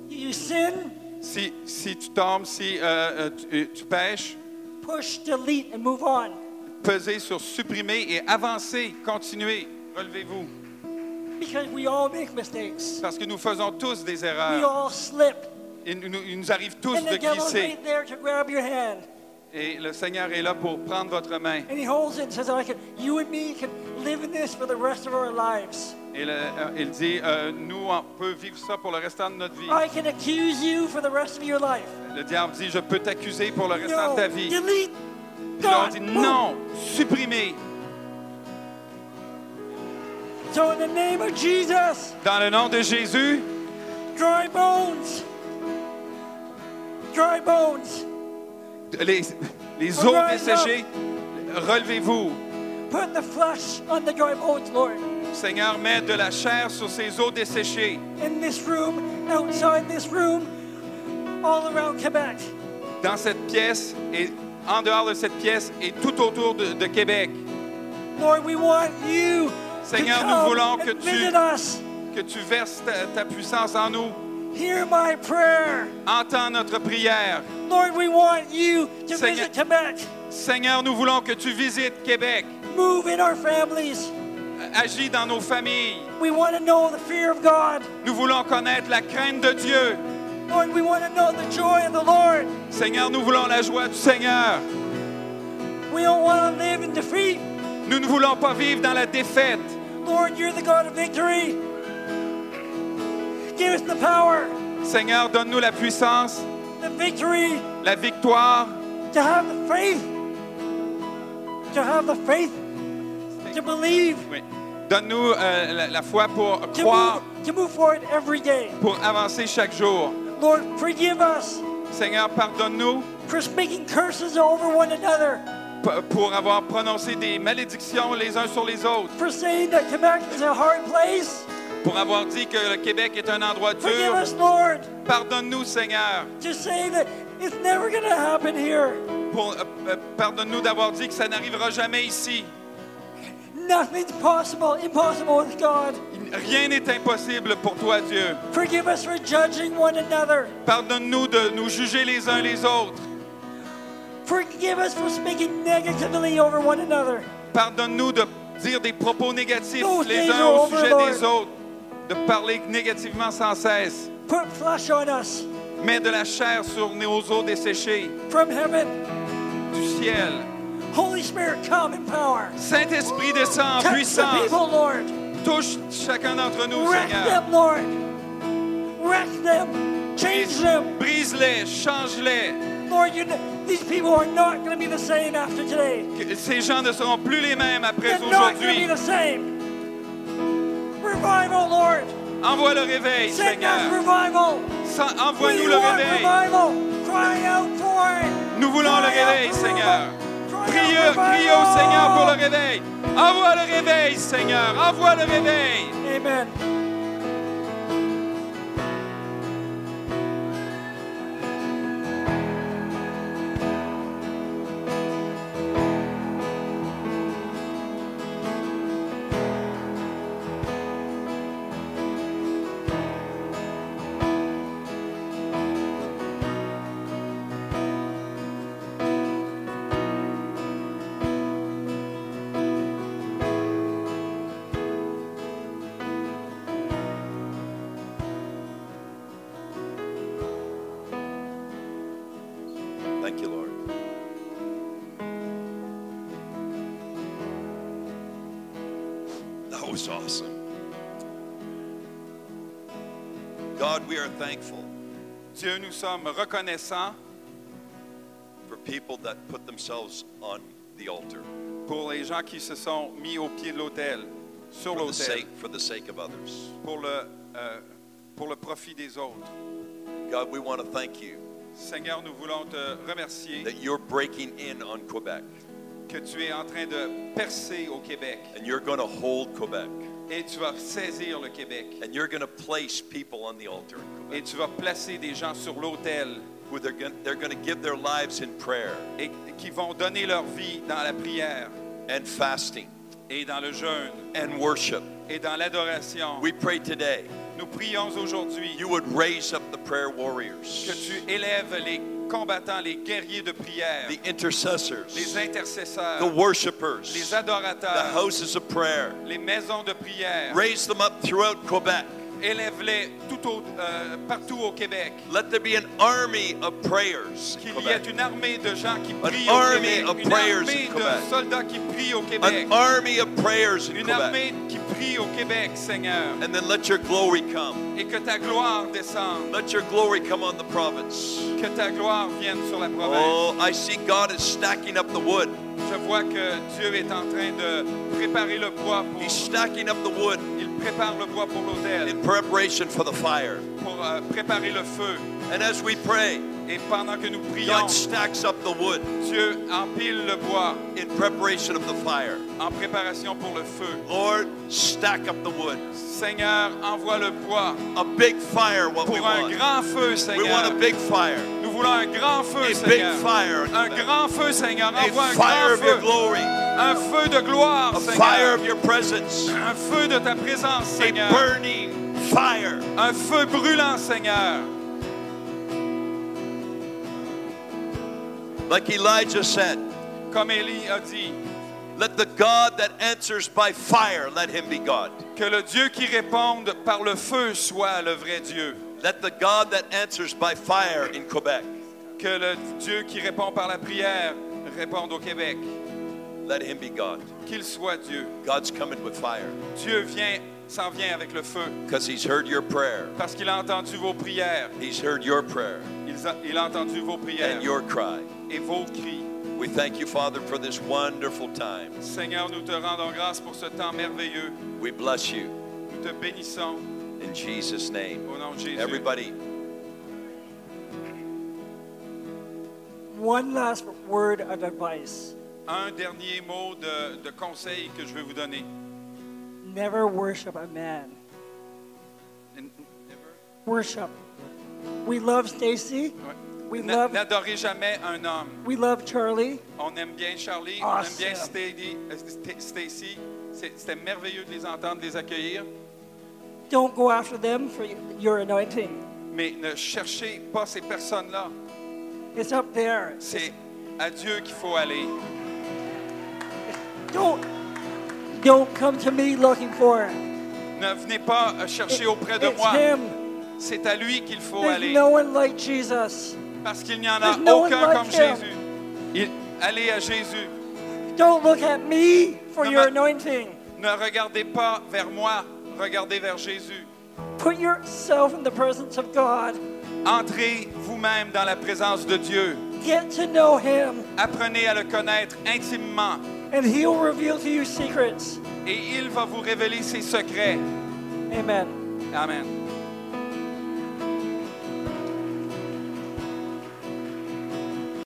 [SPEAKER 1] you sin,
[SPEAKER 2] si, si tu tombes, si euh, euh, tu, tu pêches,
[SPEAKER 1] push delete and move on.
[SPEAKER 2] pesez sur supprimer et avancez, continuez, relevez-vous.
[SPEAKER 1] Because we all make mistakes.
[SPEAKER 2] Parce que nous faisons tous des
[SPEAKER 1] We
[SPEAKER 2] erreurs.
[SPEAKER 1] all slip.
[SPEAKER 2] Et nous- nous- il nous arrive tous
[SPEAKER 1] And
[SPEAKER 2] de
[SPEAKER 1] the devil's
[SPEAKER 2] glisser.
[SPEAKER 1] right there to grab your hand.
[SPEAKER 2] Et le Seigneur est là pour prendre votre main.
[SPEAKER 1] And he holds it and says, I can, you and me can live in this for the rest of our lives.
[SPEAKER 2] Et le- euh, il dit, euh, nous, on peut vivre ça pour le restant de notre vie.
[SPEAKER 1] I can accuse you for the rest of your life.
[SPEAKER 2] Le diable dit, je peux t'accuser pour le restant de
[SPEAKER 1] No,
[SPEAKER 2] ta vie.
[SPEAKER 1] delete.
[SPEAKER 2] Puis là, on
[SPEAKER 1] God,
[SPEAKER 2] dit,
[SPEAKER 1] move.
[SPEAKER 2] non, supprimer.
[SPEAKER 1] So in the name of Jesus,
[SPEAKER 2] Dans le nom de Jésus,
[SPEAKER 1] dry bones, dry bones,
[SPEAKER 2] les, les eaux
[SPEAKER 1] Alright,
[SPEAKER 2] desséchées, relevez-vous.
[SPEAKER 1] put the flesh on the dry bones, Lord.
[SPEAKER 2] Seigneur, mets de la chair sur ces eaux desséchées,
[SPEAKER 1] In this room, outside this room, all around Quebec.
[SPEAKER 2] dans cette pièce et en dehors de cette pièce et tout autour de, de Québec.
[SPEAKER 1] Lord, we want you
[SPEAKER 2] Seigneur,
[SPEAKER 1] to
[SPEAKER 2] nous
[SPEAKER 1] come
[SPEAKER 2] voulons que
[SPEAKER 1] and
[SPEAKER 2] tu-
[SPEAKER 1] visit us.
[SPEAKER 2] Que tu verses ta, ta puissance en nous.
[SPEAKER 1] Hear my prayer.
[SPEAKER 2] Entends notre prière.
[SPEAKER 1] Lord, we want you to
[SPEAKER 2] Seigneur-
[SPEAKER 1] visit Quebec.
[SPEAKER 2] Seigneur, nous voulons que tu visites Québec.
[SPEAKER 1] Move in our families.
[SPEAKER 2] Agis dans nos familles.
[SPEAKER 1] We want to know the fear of God.
[SPEAKER 2] Nous voulons connaître la crainte de Dieu.
[SPEAKER 1] Lord, we want to know the joy of the Lord.
[SPEAKER 2] Seigneur, nous voulons la joie du Seigneur.
[SPEAKER 1] We don't want to live in defeat.
[SPEAKER 2] Nous ne voulons pas vivre dans la défaite.
[SPEAKER 1] Lord, you're the God of victory. Give us the power,
[SPEAKER 2] Seigneur, donne-nous la puissance,
[SPEAKER 1] the victory
[SPEAKER 2] la victoire,
[SPEAKER 1] to have the faith, to have the faith to believe,
[SPEAKER 2] Oui. Donne-nous euh, la, la foi pour
[SPEAKER 1] to
[SPEAKER 2] croire,
[SPEAKER 1] move, to move forward every day.
[SPEAKER 2] pour avancer chaque jour.
[SPEAKER 1] Lord, forgive us
[SPEAKER 2] Seigneur, pardonne-nous
[SPEAKER 1] for speaking curses over one another,
[SPEAKER 2] p- pour avoir prononcé des malédictions les uns sur les autres,
[SPEAKER 1] for saying that Quebec is a hard place.
[SPEAKER 2] pour avoir dit que le Québec est un endroit
[SPEAKER 1] Forgive
[SPEAKER 2] dur.
[SPEAKER 1] us, Lord,
[SPEAKER 2] Pardonne-nous, Seigneur.
[SPEAKER 1] to say that it's never going to happen here.
[SPEAKER 2] Pour- euh, euh, pardonne-nous d'avoir dit que ça n'arrivera jamais ici.
[SPEAKER 1] Nothing's possible, impossible with God.
[SPEAKER 2] Rien n'est impossible pour toi, Dieu.
[SPEAKER 1] Forgive us for judging one another.
[SPEAKER 2] Pardonne-nous de nous juger les uns les autres.
[SPEAKER 1] Forgive us for speaking negatively over one another.
[SPEAKER 2] Pardonne-nous de dire des propos négatifs
[SPEAKER 1] Those
[SPEAKER 2] les
[SPEAKER 1] days
[SPEAKER 2] uns
[SPEAKER 1] are
[SPEAKER 2] au
[SPEAKER 1] over,
[SPEAKER 2] sujet
[SPEAKER 1] Lord.
[SPEAKER 2] des autres, de parler négativement sans cesse.
[SPEAKER 1] Put flesh on us
[SPEAKER 2] Mets de la chair sur nos os desséchés
[SPEAKER 1] from heaven.
[SPEAKER 2] du ciel.
[SPEAKER 1] Holy Spirit, come in power.
[SPEAKER 2] Saint-Esprit descend en
[SPEAKER 1] Touch the
[SPEAKER 2] puissance.
[SPEAKER 1] people, Lord.
[SPEAKER 2] Touche chacun d'entre nous,
[SPEAKER 1] Wreck
[SPEAKER 2] Seigneur.
[SPEAKER 1] them, Lord. Wreck them. Change them.
[SPEAKER 2] Brise-les, change-les.
[SPEAKER 1] Lord, you kn- these people are not going to be the same after today.
[SPEAKER 2] Que Ces gens ne seront plus les mêmes après
[SPEAKER 1] They're not going to be
[SPEAKER 2] aujourd'hui.
[SPEAKER 1] the same. Revival, Lord.
[SPEAKER 2] Envoie le réveil,
[SPEAKER 1] Send us
[SPEAKER 2] Seigneur.
[SPEAKER 1] revival.
[SPEAKER 2] Sans-
[SPEAKER 1] We
[SPEAKER 2] Envoie-nous le
[SPEAKER 1] want
[SPEAKER 2] réveil.
[SPEAKER 1] revival. Cry out for it.
[SPEAKER 2] Nous voulons le
[SPEAKER 1] Cry out
[SPEAKER 2] réveil,
[SPEAKER 1] for
[SPEAKER 2] Seigneur.
[SPEAKER 1] revival. Cry out
[SPEAKER 2] Priez,
[SPEAKER 1] revival.
[SPEAKER 2] priez au Seigneur pour le réveil. Envoie le réveil, Seigneur. Envoie le réveil.
[SPEAKER 1] Amen.
[SPEAKER 3] Thank you, Lord. That was awesome. God, we are thankful
[SPEAKER 2] Dieu, nous sommes reconnaissants
[SPEAKER 3] for people that put themselves on the altar
[SPEAKER 2] pour les gens qui se sont mis au pied de l'autel, sur
[SPEAKER 3] for the
[SPEAKER 2] l'autel,
[SPEAKER 3] sake, for the sake of others.
[SPEAKER 2] pour le, euh, pour le profit des autres.
[SPEAKER 3] God, we want to thank you
[SPEAKER 2] Seigneur, nous voulons te remercier
[SPEAKER 3] that you're breaking in on Quebec.
[SPEAKER 2] que tu es en train de percer au Québec
[SPEAKER 3] and you're going to hold Quebec,
[SPEAKER 2] et tu vas saisir le Québec
[SPEAKER 3] and you're going to place people on the altar in
[SPEAKER 2] et
[SPEAKER 3] Quebec
[SPEAKER 2] tu vas placer des gens sur l'autel
[SPEAKER 3] who they're going, they're going to give their lives in prayer
[SPEAKER 2] et qui vont donner leur vie dans la prière
[SPEAKER 3] and fasting
[SPEAKER 2] et dans le jeûne
[SPEAKER 3] and worship.
[SPEAKER 2] et dans l'adoration.
[SPEAKER 3] We pray today
[SPEAKER 2] Nous prions aujourd'hui
[SPEAKER 3] you would raise up the prayer
[SPEAKER 2] que
[SPEAKER 3] warriors,
[SPEAKER 2] tu élèves les combattants, les guerriers de prière,
[SPEAKER 3] the intercessors,
[SPEAKER 2] les
[SPEAKER 3] the
[SPEAKER 2] intercesseurs,
[SPEAKER 3] worshipers,
[SPEAKER 2] les
[SPEAKER 3] the
[SPEAKER 2] adorateurs,
[SPEAKER 3] houses of prayer.
[SPEAKER 2] les maisons de prière.
[SPEAKER 3] Raise them up throughout Quebec.
[SPEAKER 2] Élève-les tout au- euh, partout au Québec.
[SPEAKER 3] Let there be an army of prayers. in
[SPEAKER 2] Qu'il y
[SPEAKER 3] Quebec.
[SPEAKER 2] ait une armée de gens qui
[SPEAKER 3] An
[SPEAKER 2] prient au
[SPEAKER 3] army
[SPEAKER 2] Québec.
[SPEAKER 3] of
[SPEAKER 2] Une
[SPEAKER 3] prayers
[SPEAKER 2] armée
[SPEAKER 3] in Quebec.
[SPEAKER 2] de soldats qui prient au Québec.
[SPEAKER 3] An army of prayers in
[SPEAKER 2] Une
[SPEAKER 3] Quebec.
[SPEAKER 2] armée qui prie au Québec, Seigneur.
[SPEAKER 3] And then let your glory come.
[SPEAKER 2] Et que ta gloire descende.
[SPEAKER 3] Let your glory come on the province.
[SPEAKER 2] Que ta gloire vienne sur la province.
[SPEAKER 3] Oh, I see God is stacking up the wood.
[SPEAKER 2] Je vois que Dieu est en train de préparer le bois pour...
[SPEAKER 3] He's stacking up the wood
[SPEAKER 2] Il prépare le bois pour l'autel.
[SPEAKER 3] in preparation for the fire.
[SPEAKER 2] pour euh, préparer le feu.
[SPEAKER 3] And as we pray,
[SPEAKER 2] Et pendant que nous prions,
[SPEAKER 3] God stacks up the wood
[SPEAKER 2] Dieu empile le bois
[SPEAKER 3] in preparation of the fire.
[SPEAKER 2] en préparation pour le feu.
[SPEAKER 3] Lord, stack up the wood.
[SPEAKER 2] Seigneur, envoie le bois
[SPEAKER 3] A big fire, what we
[SPEAKER 2] pour un
[SPEAKER 3] want.
[SPEAKER 2] grand feu,
[SPEAKER 3] We want
[SPEAKER 2] Seigneur.
[SPEAKER 3] a big fire.
[SPEAKER 2] Nous voulons un grand feu,
[SPEAKER 3] A
[SPEAKER 2] Seigneur.
[SPEAKER 3] big fire. in
[SPEAKER 2] Un
[SPEAKER 3] Quebec.
[SPEAKER 2] grand feu, Seigneur.
[SPEAKER 3] A
[SPEAKER 2] Envoie un
[SPEAKER 3] fire
[SPEAKER 2] grand
[SPEAKER 3] of your
[SPEAKER 2] feu.
[SPEAKER 3] glory.
[SPEAKER 2] Un feu de gloire,
[SPEAKER 3] A fire
[SPEAKER 2] Seigneur.
[SPEAKER 3] of your presence.
[SPEAKER 2] Un feu de ta présence,
[SPEAKER 3] A
[SPEAKER 2] Seigneur.
[SPEAKER 3] burning fire.
[SPEAKER 2] Un feu brûlant, Seigneur.
[SPEAKER 3] Like Elijah said,
[SPEAKER 2] Comme Élie a dit,
[SPEAKER 3] let the God that answers by fire, let him be God.
[SPEAKER 2] que le Dieu qui réponde par le feu soit le vrai Dieu.
[SPEAKER 3] Let the God that answers by fire in Quebec,
[SPEAKER 2] Que le Dieu qui répond par la prière réponde au Québec.
[SPEAKER 3] let him be God.
[SPEAKER 2] Qu'il soit Dieu.
[SPEAKER 3] God's coming with fire
[SPEAKER 2] Dieu vient, s'en vient avec le feu
[SPEAKER 3] because he's heard your prayer.
[SPEAKER 2] parce qu'il a entendu vos prières.
[SPEAKER 3] He's heard your prayer
[SPEAKER 2] Il a, il a entendu vos prières
[SPEAKER 3] and your cry.
[SPEAKER 2] et vos cris.
[SPEAKER 3] We thank you, Father, for this wonderful time.
[SPEAKER 2] Seigneur, nous te rendons grâce pour ce temps merveilleux.
[SPEAKER 3] We bless you
[SPEAKER 2] Nous te bénissons
[SPEAKER 3] in Jesus' name.
[SPEAKER 2] au nom de Jésus.
[SPEAKER 3] Everybody,
[SPEAKER 1] One last word of advice
[SPEAKER 2] Un dernier mot de, de conseil que je vais vous donner.
[SPEAKER 1] never worship a man. Worship. We love Stacy.
[SPEAKER 2] Ouais.
[SPEAKER 1] We
[SPEAKER 2] N'a-
[SPEAKER 1] love-
[SPEAKER 2] N'adorez jamais un homme.
[SPEAKER 1] We love Charlie.
[SPEAKER 2] On aime bien Charlie, on aime
[SPEAKER 1] Awesome.
[SPEAKER 2] bien Stady- euh, St- Stacy. C'est- C'était merveilleux de les entendre, de les accueillir.
[SPEAKER 1] Don't go after them for your anointing.
[SPEAKER 2] Mais ne cherchez pas ces personnes-là.
[SPEAKER 1] It's up there.
[SPEAKER 2] C'est à Dieu qu'il faut aller.
[SPEAKER 1] Don't don't come to me looking for it.
[SPEAKER 2] Ne venez pas euh, chercher auprès de
[SPEAKER 1] It's
[SPEAKER 2] moi.
[SPEAKER 1] him.
[SPEAKER 2] C'est à lui qu'il faut
[SPEAKER 1] There's
[SPEAKER 2] aller.
[SPEAKER 1] no one like Jesus.
[SPEAKER 2] Parce qu'il n'y en a
[SPEAKER 1] there's no one
[SPEAKER 2] aucun
[SPEAKER 1] like
[SPEAKER 2] comme
[SPEAKER 1] him.
[SPEAKER 2] Jésus. Il- allez à Jésus.
[SPEAKER 1] Don't look at me for
[SPEAKER 2] No
[SPEAKER 1] your
[SPEAKER 2] ma-
[SPEAKER 1] anointing.
[SPEAKER 2] Ne regardez pas vers moi, regardez vers Jésus.
[SPEAKER 1] Put yourself in the presence of God.
[SPEAKER 2] Entrez vous-même dans la présence de Dieu.
[SPEAKER 1] Get to know him,
[SPEAKER 2] Apprenez à le connaître intimement
[SPEAKER 1] and he'll reveal to you secrets.
[SPEAKER 2] et il va vous révéler ses secrets.
[SPEAKER 1] Amen.
[SPEAKER 2] Amen.